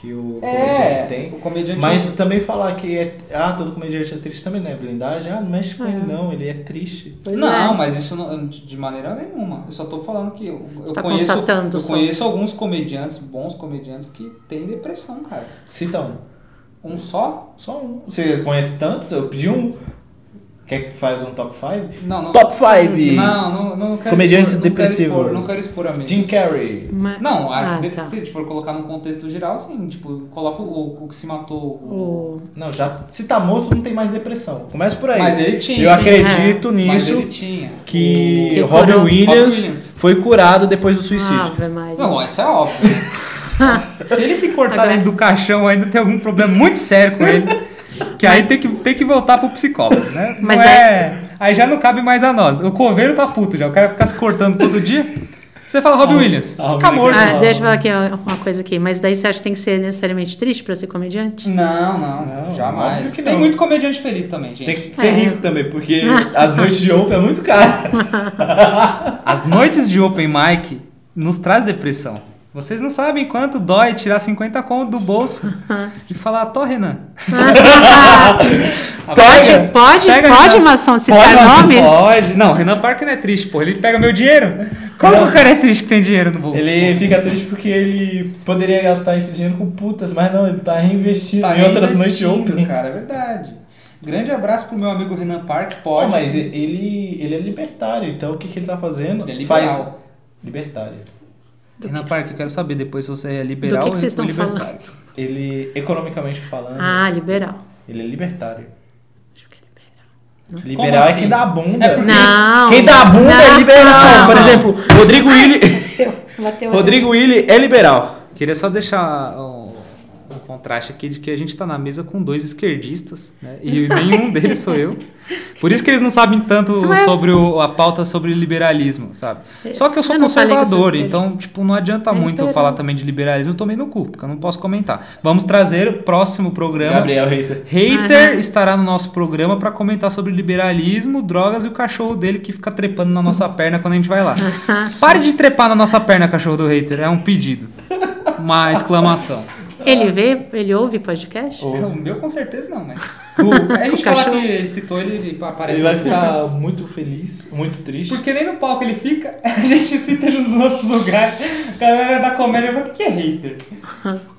Speaker 1: que
Speaker 2: É.
Speaker 1: o comediante tem.
Speaker 2: o comediante... é um
Speaker 1: Mas também falar que é. Ah, todo comediante é triste também, né? Blindagem. Ah, não mexe com
Speaker 3: É.
Speaker 1: ele, não. Ele é triste.
Speaker 3: pois
Speaker 2: não,
Speaker 3: é.
Speaker 2: mas isso não- de maneira nenhuma. Eu só tô falando que eu, eu
Speaker 3: Você tá
Speaker 2: conheço,
Speaker 3: constatando
Speaker 2: eu
Speaker 3: só.
Speaker 2: conheço alguns comediantes, bons comediantes, que têm depressão, cara.
Speaker 1: Cita um.
Speaker 2: Um só?
Speaker 1: Só um. Você conhece tantos? Eu pedi um. Quer que faz um top 5?
Speaker 2: Não, não.
Speaker 1: 5!
Speaker 2: Não, não, não quero
Speaker 1: Comediantes
Speaker 2: expor, não quero expor-
Speaker 1: depressivos.
Speaker 2: Não quero expor, a mente.
Speaker 1: Jim Carrey.
Speaker 3: Mas-
Speaker 2: Não, a-
Speaker 3: Ah,
Speaker 2: de-
Speaker 3: tá.
Speaker 2: se a gente for colocar num contexto geral, sim, tipo, coloca o, o que se matou. o-
Speaker 3: O-
Speaker 1: Não, já. Se tá morto, não tem mais depressão. Começa por aí.
Speaker 2: Mas ele tinha. É.
Speaker 1: Eu acredito
Speaker 2: Mas ele
Speaker 1: nisso
Speaker 2: tinha.
Speaker 1: que,
Speaker 3: Que
Speaker 1: Robin,
Speaker 3: curou. Ah.
Speaker 1: Williams
Speaker 2: Robin Williams.
Speaker 1: foi curado depois do suicídio.
Speaker 3: Ave Maria.
Speaker 2: Não, isso é óbvio. né? se ele se cortar
Speaker 3: Agora-
Speaker 2: dentro do caixão, ainda tem algum problema muito sério com ele. Que aí tem que, tem que voltar pro psicólogo, né? Não
Speaker 3: Mas
Speaker 2: é... Aí já não cabe mais a nós. O coveiro tá puto já. O cara fica se cortando todo dia. Você fala, Robin Williams,
Speaker 1: ah,
Speaker 2: fica
Speaker 1: Robin
Speaker 2: morto.
Speaker 1: Williams.
Speaker 3: Ah, deixa eu falar aqui ó, uma coisa aqui. Mas daí você acha que tem que ser necessariamente triste pra ser comediante?
Speaker 2: Não, não,
Speaker 1: Não,
Speaker 2: jamais.
Speaker 1: óbvio que
Speaker 2: Tem
Speaker 1: não.
Speaker 2: muito comediante feliz também, gente.
Speaker 1: Tem que ser
Speaker 3: É.
Speaker 1: rico também, porque as noites de open é muito caro.
Speaker 2: As noites de open mic nos traz depressão. Vocês não sabem quanto dói tirar 50 conto do bolso e falar, tô, Renan.
Speaker 1: É.
Speaker 3: Pode, pode,
Speaker 2: Pega,
Speaker 3: pode,
Speaker 1: tá.
Speaker 2: Renan.
Speaker 3: maçom,
Speaker 2: Pode,
Speaker 3: citar
Speaker 2: Renan,
Speaker 3: nomes?
Speaker 2: Pode. Não, Renan Parque não é triste, pô. Ele pega meu dinheiro. Como que o cara é triste que tem dinheiro no bolso?
Speaker 1: Ele fica triste porque ele poderia gastar esse dinheiro com putas, mas não, ele tá reinvestindo
Speaker 2: Tá
Speaker 1: em outras noites de
Speaker 2: reinvestindo,
Speaker 1: open.
Speaker 2: Cara, é verdade. Grande abraço pro meu amigo Renan Parque, pode.
Speaker 1: Não, mas
Speaker 2: sim.
Speaker 1: ele, ele é libertário, então o que, que ele tá fazendo?
Speaker 2: Ele é liberal.
Speaker 1: Faz... Libertário.
Speaker 2: Renan Parque, eu quero saber depois se você é liberal
Speaker 3: Do que que
Speaker 2: ou
Speaker 3: vocês estão
Speaker 2: libertário.
Speaker 1: Ele, economicamente falando,
Speaker 3: Ah, liberal.
Speaker 1: ele é libertário.
Speaker 3: Acho que é liberal.
Speaker 1: Liberal é
Speaker 2: assim?
Speaker 1: quem dá a bunda.
Speaker 2: É porque-
Speaker 3: Não.
Speaker 1: Quem dá a bunda é
Speaker 3: não,
Speaker 1: liberal.
Speaker 3: não.
Speaker 1: Por exemplo, Rodrigo Willi. Rodrigo Willi é liberal.
Speaker 2: Queria só deixar um, um contraste aqui de que a gente tá na mesa com dois esquerdistas, né? E nenhum deles sou eu. Por isso que eles não sabem tanto
Speaker 3: Mas-
Speaker 2: sobre o- a pauta sobre liberalismo, sabe? Só que eu sou
Speaker 3: Eu não falei que eu sou
Speaker 2: conservador,
Speaker 3: esquerdista.
Speaker 2: então, tipo, não adianta
Speaker 3: É
Speaker 2: muito eu
Speaker 3: liberal.
Speaker 2: falar também de liberalismo, eu tomei no cu, porque eu não posso comentar. Vamos trazer o próximo programa.
Speaker 1: Gabriel Reiter.
Speaker 2: Hater estará no nosso programa para comentar sobre liberalismo, drogas e o cachorro dele que fica trepando na nossa perna quando a gente vai lá. Pare de trepar na nossa perna, cachorro do hater. É um pedido. Uma exclamação.
Speaker 3: Ele vê, ele ouve podcast?
Speaker 2: O meu com certeza não, mas.
Speaker 1: O-
Speaker 2: A gente
Speaker 3: o
Speaker 2: fala que
Speaker 3: cachorro-
Speaker 2: ele citou ele, ele aparece.
Speaker 1: Ele vai
Speaker 2: no-
Speaker 1: ficar muito feliz, muito triste.
Speaker 2: Porque nem no palco ele fica, a gente cita ele nos nossos lugares. A galera da comédia fala, o que é hater?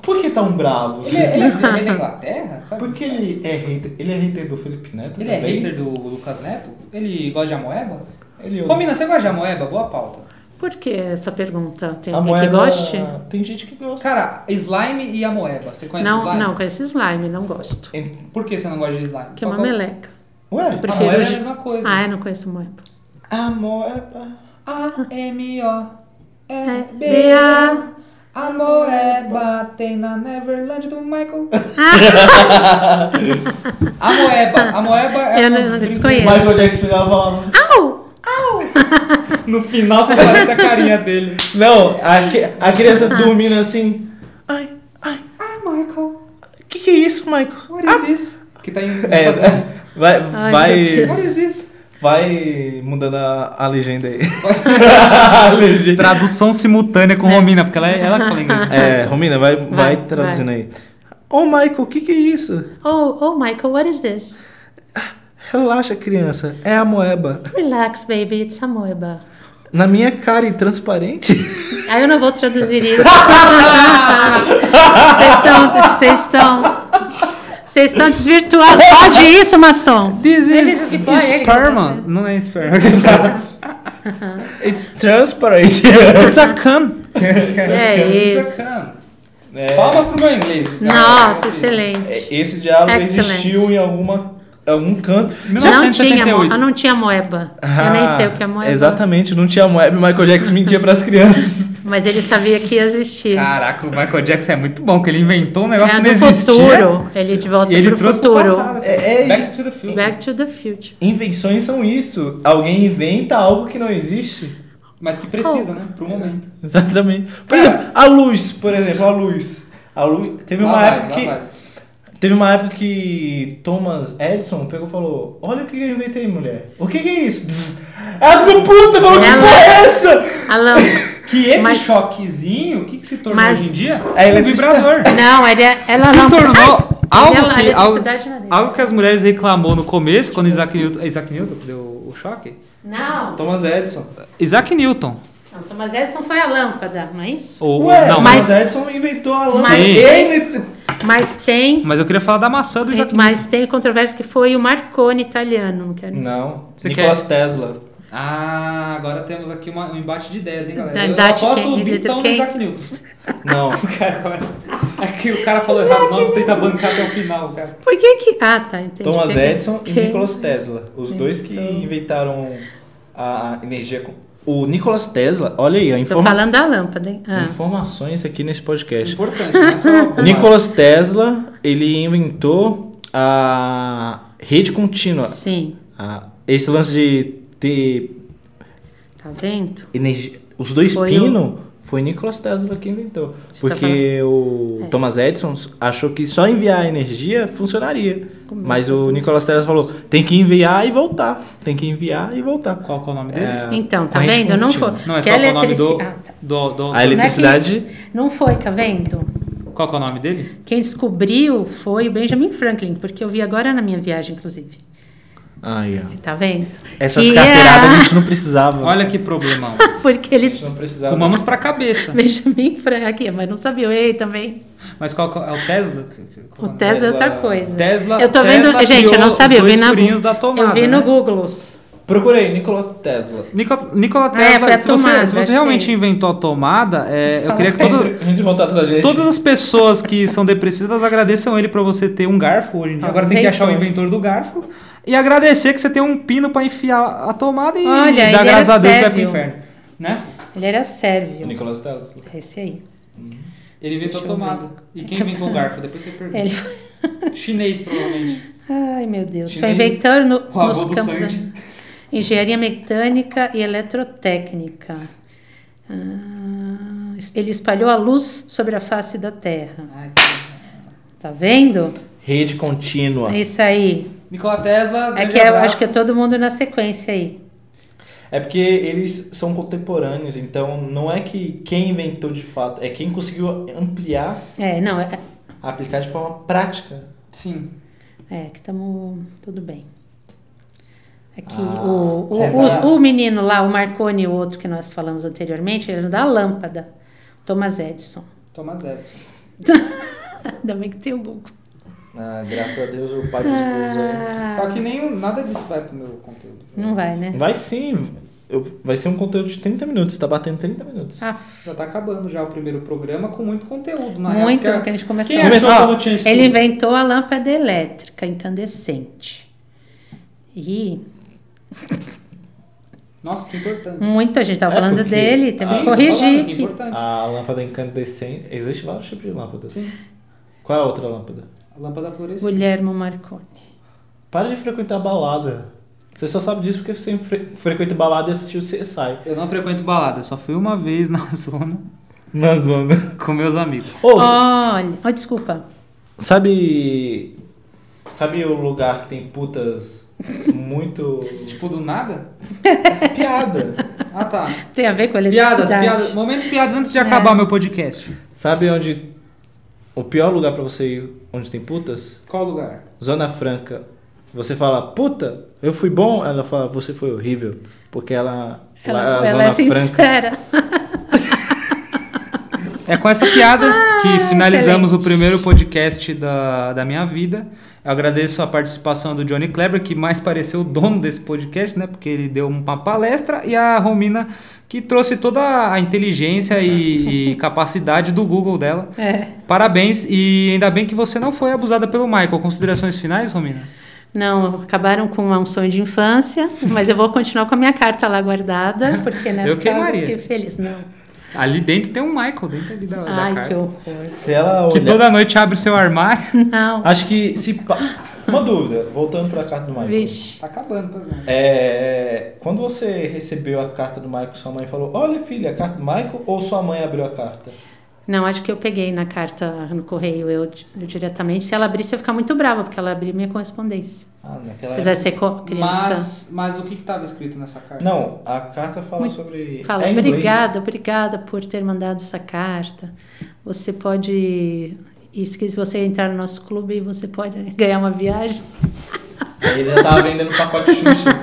Speaker 1: Por que tão bravo?
Speaker 2: Ele é, ele é- ele é da Inglaterra? Sabe?
Speaker 1: Por que ele é hater? Ele é hater do Felipe Neto
Speaker 2: Ele é
Speaker 1: também?
Speaker 2: hater do Lucas Neto? Ele gosta de Amoeba?
Speaker 1: Ele
Speaker 2: Romina, você gosta de Amoeba? Boa pauta.
Speaker 3: Por que essa pergunta? Tem
Speaker 1: A
Speaker 3: alguém
Speaker 1: moeda-
Speaker 3: que goste?
Speaker 1: Tem gente que gosta.
Speaker 2: Cara, slime e amoeba. Você conhece
Speaker 3: Não,
Speaker 2: slime?
Speaker 3: não, conheço slime, não gosto.
Speaker 1: Ent-
Speaker 2: Por que você não gosta de slime?
Speaker 3: Que é uma
Speaker 2: Qual-
Speaker 3: meleca.
Speaker 1: Ué,
Speaker 3: Eu prefiro.
Speaker 2: moeda é a
Speaker 3: gi-
Speaker 2: mesma coisa.
Speaker 3: Ah, eu não conheço moeba.
Speaker 1: a moeda...
Speaker 2: A-M-O-E-B-A. Amoeba tem na Neverland do Michael. Amoeba. Amoeba é
Speaker 3: Eu
Speaker 2: um
Speaker 3: não-
Speaker 2: dos
Speaker 3: não
Speaker 2: brinquedos.
Speaker 1: O
Speaker 3: desconheço.
Speaker 1: Michael Jackson ela falava...
Speaker 3: Au!
Speaker 2: No final você parece a carinha dele.
Speaker 1: Não, a, que- a criança dormindo assim... Ai, ai,
Speaker 2: Ah, Michael.
Speaker 1: que que é isso, Michael?
Speaker 2: What is this? Que tá em.
Speaker 1: É, vai,
Speaker 3: Ai,
Speaker 1: vai,
Speaker 3: meu
Speaker 2: What is this?
Speaker 1: vai mudando a, a legenda aí. a legenda.
Speaker 2: Tradução simultânea
Speaker 3: É.
Speaker 2: com Romina, porque ela, ela que fala inglês.
Speaker 1: É, Romina, vai, vai,
Speaker 3: Vai,
Speaker 1: traduzindo aí. Ô, Michael, o que que é isso?
Speaker 3: Oh, oh, Michael, what is this?
Speaker 1: Relaxa, criança. É a moeba.
Speaker 3: Relax, baby, it's a moeba.
Speaker 1: Na minha cara e transparente?
Speaker 3: Ah, eu não vou traduzir isso. Vocês estão, Vocês estão. Vocês estão desvirtuando. Pode isso, maçom?
Speaker 2: This
Speaker 3: Ele
Speaker 2: is
Speaker 3: que põe, ele que tá
Speaker 2: sperma.
Speaker 3: fazendo.
Speaker 2: Não é esperma.
Speaker 1: It's transparent.
Speaker 2: It's a cum.
Speaker 3: É
Speaker 2: It's
Speaker 3: isso.
Speaker 2: a cum.
Speaker 1: É,
Speaker 2: Palmas pro meu inglês. cara.
Speaker 3: Nossa, excelente.
Speaker 1: esse diálogo
Speaker 3: Excelente.
Speaker 1: existiu em alguma, algum canto.
Speaker 2: É,
Speaker 3: Não tinha, mo-
Speaker 2: 1978.
Speaker 3: eu não tinha moeba. eu
Speaker 2: Ah,
Speaker 3: nem sei o que é moeba.
Speaker 1: Ah, Exatamente, não tinha moeb. Michael Jackson mentia pras crianças.
Speaker 3: Mas ele sabia que ia existir.
Speaker 2: Caraca, o Michael Jackson é muito bom, que ele inventou um negócio
Speaker 3: é
Speaker 2: que não
Speaker 3: do
Speaker 2: existia.
Speaker 3: futuro. Ele de volta
Speaker 2: E ele
Speaker 3: pro
Speaker 2: trouxe
Speaker 3: futuro.
Speaker 2: pro passado.
Speaker 1: É, é-
Speaker 2: Back to the future.
Speaker 3: Back to the future.
Speaker 1: Invenções são isso. Alguém inventa algo que não existe.
Speaker 2: Mas que precisa, né? Pro momento.
Speaker 1: Exatamente. Por
Speaker 2: É.
Speaker 1: exemplo, a luz, por exemplo, a luz. A luz teve uma
Speaker 2: Lá vai,
Speaker 1: época
Speaker 2: lá
Speaker 1: que
Speaker 2: vai.
Speaker 1: teve uma época que Thomas Edison pegou e falou: "Olha o que eu inventei, mulher. O que que é isso?" Bzz. Ela ficou puta, falou: "Que
Speaker 3: Ela-
Speaker 1: porra é essa?"
Speaker 3: A lâmpada.
Speaker 2: Que esse
Speaker 3: Mas-
Speaker 2: choquezinho, o que, que se tornou
Speaker 3: Mas-
Speaker 2: hoje em dia?
Speaker 1: É
Speaker 2: um
Speaker 1: eletricidade.
Speaker 2: vibrador.
Speaker 3: Não, ele é- ela
Speaker 2: se
Speaker 3: não. é
Speaker 2: tornou algo
Speaker 3: ela- a
Speaker 2: que, algo,
Speaker 3: eletricidade na dele.
Speaker 2: algo que as mulheres reclamou no começo, quando Isaac Newton, Isaac Newton deu o choque.
Speaker 3: Não.
Speaker 1: Thomas Edison.
Speaker 2: Isaac Newton.
Speaker 3: não, Thomas Edison foi a lâmpada, não é isso?
Speaker 2: Ou,
Speaker 1: Ué, é.
Speaker 2: não,
Speaker 1: Thomas
Speaker 2: mas,
Speaker 3: mas-
Speaker 1: Edison inventou a luz.
Speaker 3: Mas-
Speaker 1: Ele-
Speaker 3: Mas tem,
Speaker 2: mas eu queria falar da maçã do Isaac Newton.
Speaker 3: mas tem controvérsia que foi o Marconi italiano, não quero dizer.
Speaker 1: Não.
Speaker 2: Você
Speaker 1: Nicolas Tesla.
Speaker 2: Ah, agora temos aqui uma- um embate de 10, hein,
Speaker 3: Da-
Speaker 2: galera? Eu
Speaker 3: idade
Speaker 2: aposto
Speaker 3: quem-
Speaker 2: o
Speaker 3: de-
Speaker 2: Vitão do
Speaker 3: quem-
Speaker 2: Isaac Newton.
Speaker 1: Não.
Speaker 2: É que o cara falou errado, o maluco tenta bancar até o final, cara.
Speaker 3: Por que que. Ah, tá, entendi.
Speaker 1: Thomas
Speaker 3: Peguei.
Speaker 1: Edison e
Speaker 3: Quem-
Speaker 1: Nicolas Tesla. Os dois que
Speaker 3: Então.
Speaker 1: inventaram a a energia. com- O Nicolas Tesla, olha aí, a
Speaker 3: Tô
Speaker 1: informa...
Speaker 3: falando da lâmpada, hein? Ah. Uhum.
Speaker 1: informações aqui nesse podcast.
Speaker 2: Importante, não é só...
Speaker 1: Nicolas Tesla, ele inventou a rede contínua.
Speaker 3: Sim.
Speaker 1: A- esse lance de ter
Speaker 3: Tá vendo?
Speaker 1: energia. Os dois
Speaker 3: Foi
Speaker 1: pinos foi Nicolas Tesla que inventou.
Speaker 3: Você tá
Speaker 1: Porque o
Speaker 3: É.
Speaker 1: Thomas Edison achou que só enviar energia funcionaria. Mas
Speaker 3: assim?
Speaker 1: o Nicolas Tesla falou: tem que enviar e voltar. Tem que enviar e voltar.
Speaker 2: Qual que é o nome dele?
Speaker 1: É,
Speaker 3: Então, tá
Speaker 1: corrente
Speaker 3: vendo? Não foi.
Speaker 1: contínua.
Speaker 2: Não, mas
Speaker 3: Que
Speaker 2: qual que é o nome do...
Speaker 3: eletrici- Ah, tá.
Speaker 2: do, do-
Speaker 1: A eletricidade.
Speaker 3: Não foi, tá vendo?
Speaker 2: Qual que é o nome dele?
Speaker 3: Quem descobriu foi o Benjamin Franklin, porque eu vi agora na minha viagem, inclusive.
Speaker 1: Aí, ó.
Speaker 3: Tá vendo?
Speaker 1: Essas
Speaker 3: Que
Speaker 1: carteiradas
Speaker 3: é-
Speaker 1: a gente não precisava.
Speaker 2: Olha que problemão.
Speaker 3: Porque
Speaker 1: a
Speaker 3: ele.
Speaker 1: gente não precisava.
Speaker 2: Fumamos pra cabeça.
Speaker 3: Benjamin Franklin, mas não sabia o E também.
Speaker 2: Mas qual que é o Tesla?
Speaker 3: O Tesla é outra
Speaker 1: Tesla-
Speaker 3: coisa.
Speaker 2: Tesla-
Speaker 3: Eu tô vendo.
Speaker 2: Tesla
Speaker 3: gente, eu
Speaker 2: criou
Speaker 3: não sabia.
Speaker 2: os
Speaker 3: Eu vi
Speaker 2: dois
Speaker 3: na.
Speaker 2: furinhos da tomada,
Speaker 3: eu
Speaker 2: né?
Speaker 3: vi no Google.
Speaker 1: Procurei, Nicolas Tesla.
Speaker 2: Nicola, Nikola
Speaker 3: É,
Speaker 2: Tesla,
Speaker 3: foi a
Speaker 2: se, você-
Speaker 3: tomada,
Speaker 2: se você,
Speaker 3: acho que
Speaker 2: realmente
Speaker 3: é isso.
Speaker 2: inventou a tomada, é, eu queria que todo-
Speaker 1: Entre, entre em contato com a gente.
Speaker 2: todas as pessoas que são depressivas agradeçam ele pra você ter um garfo hoje em dia.
Speaker 3: Ah,
Speaker 2: Agora tem que
Speaker 3: inventor.
Speaker 2: achar o inventor do garfo e agradecer que você tem um pino pra enfiar a tomada e
Speaker 3: Olha, ele é
Speaker 2: dar
Speaker 3: era
Speaker 2: graças a Deus que vai pro
Speaker 3: sérvio.
Speaker 2: inferno. Né?
Speaker 3: Ele era sérvio.
Speaker 1: Nicolas Tesla.
Speaker 3: É Esse aí.
Speaker 2: Ele inventou a
Speaker 3: Deixa eu
Speaker 2: tomada. E quem inventou o garfo? Depois você pergunta.
Speaker 3: Ele...
Speaker 2: Chinês, provavelmente.
Speaker 3: Ai, meu Deus. Foi
Speaker 2: Chinês,
Speaker 3: inventando no-
Speaker 2: o avô
Speaker 3: nos
Speaker 2: do
Speaker 3: campos. né?
Speaker 2: Sandy.
Speaker 3: Engenharia mecânica e eletrotécnica. Ah, ele espalhou a luz sobre a face da Terra. Tá vendo?
Speaker 1: Rede contínua.
Speaker 3: É isso aí.
Speaker 2: Nikola Tesla.
Speaker 3: É
Speaker 2: grande
Speaker 3: que eu
Speaker 2: abraço.
Speaker 3: acho que é todo mundo na sequência aí.
Speaker 1: É porque eles são contemporâneos, então não é que quem inventou de fato, é quem conseguiu ampliar,
Speaker 3: É, não, é,
Speaker 1: aplicar de forma prática.
Speaker 2: Sim.
Speaker 3: é que estamos. Tudo bem. É que
Speaker 1: Ah,
Speaker 3: o, o,
Speaker 1: é
Speaker 3: os-
Speaker 1: da-
Speaker 3: o menino lá, o Marconi e o outro que nós falamos anteriormente, ele era da lâmpada. Thomas Edison.
Speaker 2: Thomas Edison.
Speaker 3: Ainda bem que tem um o Google.
Speaker 1: Ah, graças a Deus o pai dos dois
Speaker 3: Ah,
Speaker 2: Só que nem, nada disso vai pro meu conteúdo.
Speaker 3: Não vai, né?
Speaker 1: aí. Vai sim, eu- vai ser um conteúdo de 30 minutos, tá batendo 30 minutos.
Speaker 3: Ah,
Speaker 2: Já tá acabando já o primeiro programa com muito conteúdo, na
Speaker 3: Muito,
Speaker 2: real, é porque-
Speaker 3: que a gente começou.
Speaker 2: Quem achou
Speaker 1: Começou.
Speaker 2: que eu não tinha estudo?
Speaker 3: Ele inventou a lâmpada elétrica incandescente. E
Speaker 2: Nossa, que importante.
Speaker 3: muita gente estava
Speaker 1: É,
Speaker 3: falando
Speaker 1: porque-
Speaker 3: dele, teve
Speaker 2: Sim, tô
Speaker 3: que corrigir.
Speaker 2: falando, que é
Speaker 3: que-
Speaker 2: importante.
Speaker 1: A lâmpada incandescente, existe vários tipos de lâmpadas.
Speaker 2: Sim.
Speaker 1: Qual é a outra lâmpada?
Speaker 2: A lâmpada fluorescente.
Speaker 3: Guilhermo Marconi.
Speaker 1: Para de frequentar balada. Você só sabe disso porque você fre frequenta balada e assistiu CSI.
Speaker 2: Eu não frequento balada, só fui uma vez na zona
Speaker 1: Na zona.
Speaker 2: com meus amigos.
Speaker 1: Ou,
Speaker 3: Olha, oh, desculpa.
Speaker 1: Sabe. Sabe o lugar que tem putas muito.
Speaker 2: Tipo, do nada?
Speaker 1: piada?
Speaker 2: Ah, tá.
Speaker 3: Tem a ver com a eletricidade.
Speaker 2: Piadas, piadas. Momento de piadas
Speaker 3: É.
Speaker 2: antes de acabar meu podcast.
Speaker 1: Sabe onde. O pior lugar pra você ir onde tem putas?
Speaker 2: Qual lugar?
Speaker 1: Zona Franca. Você fala, puta, eu fui bom. Ela fala, você foi horrível. Porque ela. lá,
Speaker 3: Ela,
Speaker 1: a
Speaker 3: ela é
Speaker 1: Zona Franca.
Speaker 3: sincera.
Speaker 2: É com essa piada
Speaker 3: Ah,
Speaker 2: que finalizamos o primeiro podcast da, da minha vida. Eu agradeço a participação do Johnny Kleber, que mais pareceu o dono desse podcast, né? Porque ele deu uma palestra, e a Romina, que trouxe toda a inteligência e, e capacidade do Google dela.
Speaker 3: É.
Speaker 2: Parabéns, e ainda bem que você não foi abusada pelo Michael. Considerações finais, Romina?
Speaker 3: Não, acabaram com um sonho de infância, mas eu vou continuar com a minha carta lá guardada, porque né,
Speaker 2: Eu
Speaker 3: porque
Speaker 2: queimaria.
Speaker 3: fiquei feliz. Não.
Speaker 2: Ali dentro tem um Michael, dentro ali da, da
Speaker 3: Ai,
Speaker 2: carta.
Speaker 3: que horror.
Speaker 1: Se ela
Speaker 2: Que
Speaker 1: olhar-
Speaker 2: toda noite abre o seu armário.
Speaker 3: Não.
Speaker 1: Acho que se. pa- Uma dúvida, voltando pra carta do Michael.
Speaker 3: Vixe.
Speaker 2: Tá acabando, tá vendo?
Speaker 1: É, quando você recebeu a carta do Michael, sua mãe falou: Olha, filha, a carta do Michael, ou sua mãe abriu a carta?
Speaker 3: Não, acho que eu peguei na carta no correio eu, di- eu diretamente. Se ela abrisse, eu ia ficar muito brava, porque ela abriu minha correspondência.
Speaker 1: Ah, naquela
Speaker 3: Apesar de ser co- criança.
Speaker 2: Mas, mas o que estava escrito nessa carta?
Speaker 1: Não, a carta fala sobre.
Speaker 3: Fala,
Speaker 1: é em inglês.
Speaker 3: obrigada, obrigada por ter mandado essa carta. Você pode. E se você entrar no nosso clube, você pode ganhar uma viagem.
Speaker 4: Aí ele já tava vendendo pacote Xuxa.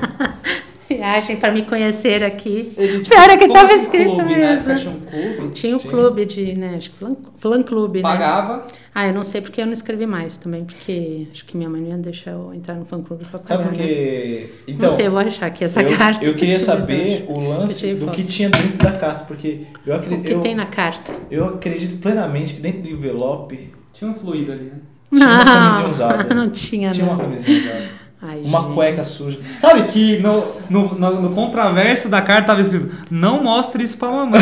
Speaker 3: Viagem para me conhecer aqui.
Speaker 2: Ele,
Speaker 3: Pior é que
Speaker 2: como
Speaker 3: tava
Speaker 2: assim,
Speaker 3: escrito
Speaker 2: clube, né?
Speaker 3: mesmo.
Speaker 2: Fecha um clube,
Speaker 3: Tinha o clube de, né, acho que flan, flan clube, né?
Speaker 2: pagava.
Speaker 3: Ah, eu não sei porque eu não escrevi mais também, porque acho que minha mãe não ia deixar eu entrar no fã clube pra pagar,
Speaker 1: Sabe por
Speaker 3: né?
Speaker 1: quê? Então,
Speaker 3: não sei, eu vou achar aqui essa
Speaker 1: eu,
Speaker 3: carta.
Speaker 1: eu queria
Speaker 3: que eu
Speaker 1: saber
Speaker 3: tive
Speaker 1: o
Speaker 3: Eu
Speaker 1: lance
Speaker 3: tirei
Speaker 1: do
Speaker 3: foto.
Speaker 1: que tinha dentro da carta, porque eu
Speaker 3: hoje. O
Speaker 1: acredito,
Speaker 3: que
Speaker 1: eu,
Speaker 3: tem na carta?
Speaker 1: eu acredito plenamente que dentro do envelope
Speaker 2: Tinha um fluido ali, né?
Speaker 1: Tinha uma
Speaker 3: não,
Speaker 1: camisinha usada.
Speaker 3: não tinha, né? Tá
Speaker 1: tinha
Speaker 3: não.
Speaker 1: uma camisinha usada,
Speaker 3: Ai,
Speaker 1: uma
Speaker 3: gente.
Speaker 1: cueca suja.
Speaker 2: Sabe que no, no, no, no contraverso da carta tava escrito Não mostre isso pra mamãe.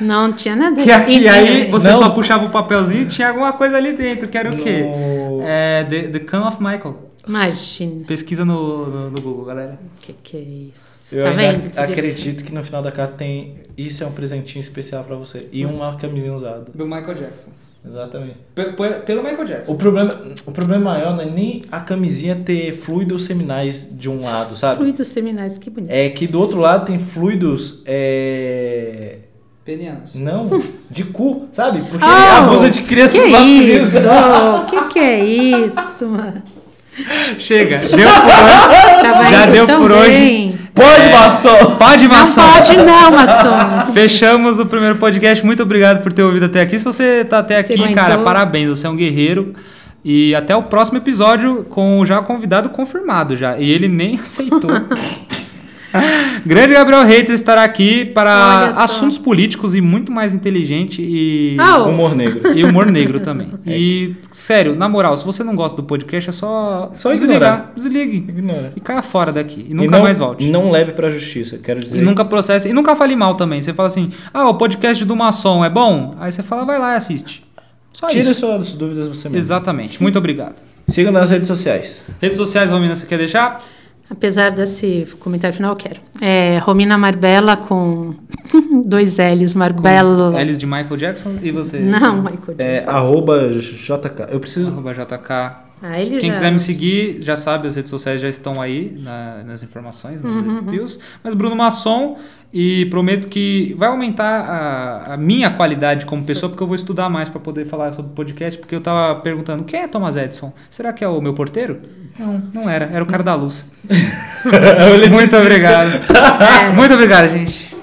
Speaker 3: Não tinha nada.
Speaker 2: que, aqui-
Speaker 3: E-
Speaker 2: aí você
Speaker 1: Não.
Speaker 2: só puxava o papelzinho e tinha alguma coisa ali dentro. Que era o quê?
Speaker 1: No-
Speaker 2: É, the, the Come of Michael.
Speaker 3: Imagina.
Speaker 2: Pesquisa no, no, no Google, galera.
Speaker 3: O que, que é isso?
Speaker 1: Eu
Speaker 3: tá
Speaker 1: ainda
Speaker 3: vendo? Desvirtu-
Speaker 1: acredito que no final da carta tem isso é um presentinho especial pra você
Speaker 3: Hum.
Speaker 1: e uma camisinha usada.
Speaker 2: Do Michael Jackson.
Speaker 1: Exatamente.
Speaker 2: Pe- pe- pelo Michael Jackson.
Speaker 1: O problema, o problema maior não é nem a camisinha ter fluidos seminais de um lado, sabe?
Speaker 3: Fluidos seminais, que bonito.
Speaker 1: É que do outro lado tem fluidos é,
Speaker 2: Penianos.
Speaker 1: Não, de cu, sabe? Porque
Speaker 3: Ah,
Speaker 1: abusa de crianças
Speaker 3: que
Speaker 1: masculinas.
Speaker 3: isso? O que, que é isso, mano?
Speaker 2: Chega, deu um por
Speaker 3: Tava
Speaker 2: Já
Speaker 3: indo
Speaker 2: deu
Speaker 3: tão
Speaker 2: por hoje.
Speaker 3: bem. É.
Speaker 1: Pode, Marçom!
Speaker 2: Pode,
Speaker 3: Não
Speaker 2: maçã.
Speaker 3: pode não, Maçom.
Speaker 2: Fechamos o primeiro podcast. Muito obrigado por ter ouvido até aqui. Se você tá até
Speaker 3: Você
Speaker 2: aqui,
Speaker 3: aguentou.
Speaker 2: cara, parabéns. Você é um guerreiro. E até o próximo episódio com já convidado confirmado já. E ele nem aceitou. Grande Gabriel Reiter estará aqui para
Speaker 3: Olha só.
Speaker 2: assuntos políticos e muito mais inteligente e
Speaker 3: Ah, o-
Speaker 1: Humor negro.
Speaker 2: e humor negro também.
Speaker 1: É
Speaker 2: E sério, na moral, se você não gosta do podcast é só,
Speaker 1: Só ignorar.
Speaker 2: desligar, desligue
Speaker 1: Ignora.
Speaker 2: e caia fora daqui e nunca
Speaker 1: não,
Speaker 2: mais volte.
Speaker 1: Não leve pra justiça, quero dizer.
Speaker 2: E nunca processa. E nunca fale mal também. Você fala assim, ah, o podcast do Maçom é bom? Aí você fala, vai lá e assiste. Só
Speaker 1: Tire
Speaker 2: isso.
Speaker 1: suas dúvidas você mesmo.
Speaker 2: Exatamente. Muito obrigado.
Speaker 1: Siga nas redes sociais.
Speaker 2: Redes sociais, Romina, você quer deixar?
Speaker 3: Apesar desse comentário final, eu quero. É, Romina Marbella com dois L's, Marbella.
Speaker 2: Elis de Michael Jackson e você.
Speaker 3: Não, Michael.
Speaker 1: É, arroba JK. Eu preciso.
Speaker 2: Arroba JK.
Speaker 3: Ah, ele
Speaker 2: Quem
Speaker 3: já...
Speaker 2: quiser me seguir, já sabe, as redes sociais já estão aí na- nas informações, nos desafios. Mas Bruno Maçom, e prometo que vai aumentar a, a minha qualidade como pessoa, porque eu vou estudar mais para poder falar sobre podcast, porque eu tava perguntando, quem é Thomas Edison? Será que é o meu porteiro? Não, não era, era o cara da luz. Muito obrigado. Muito obrigado, gente.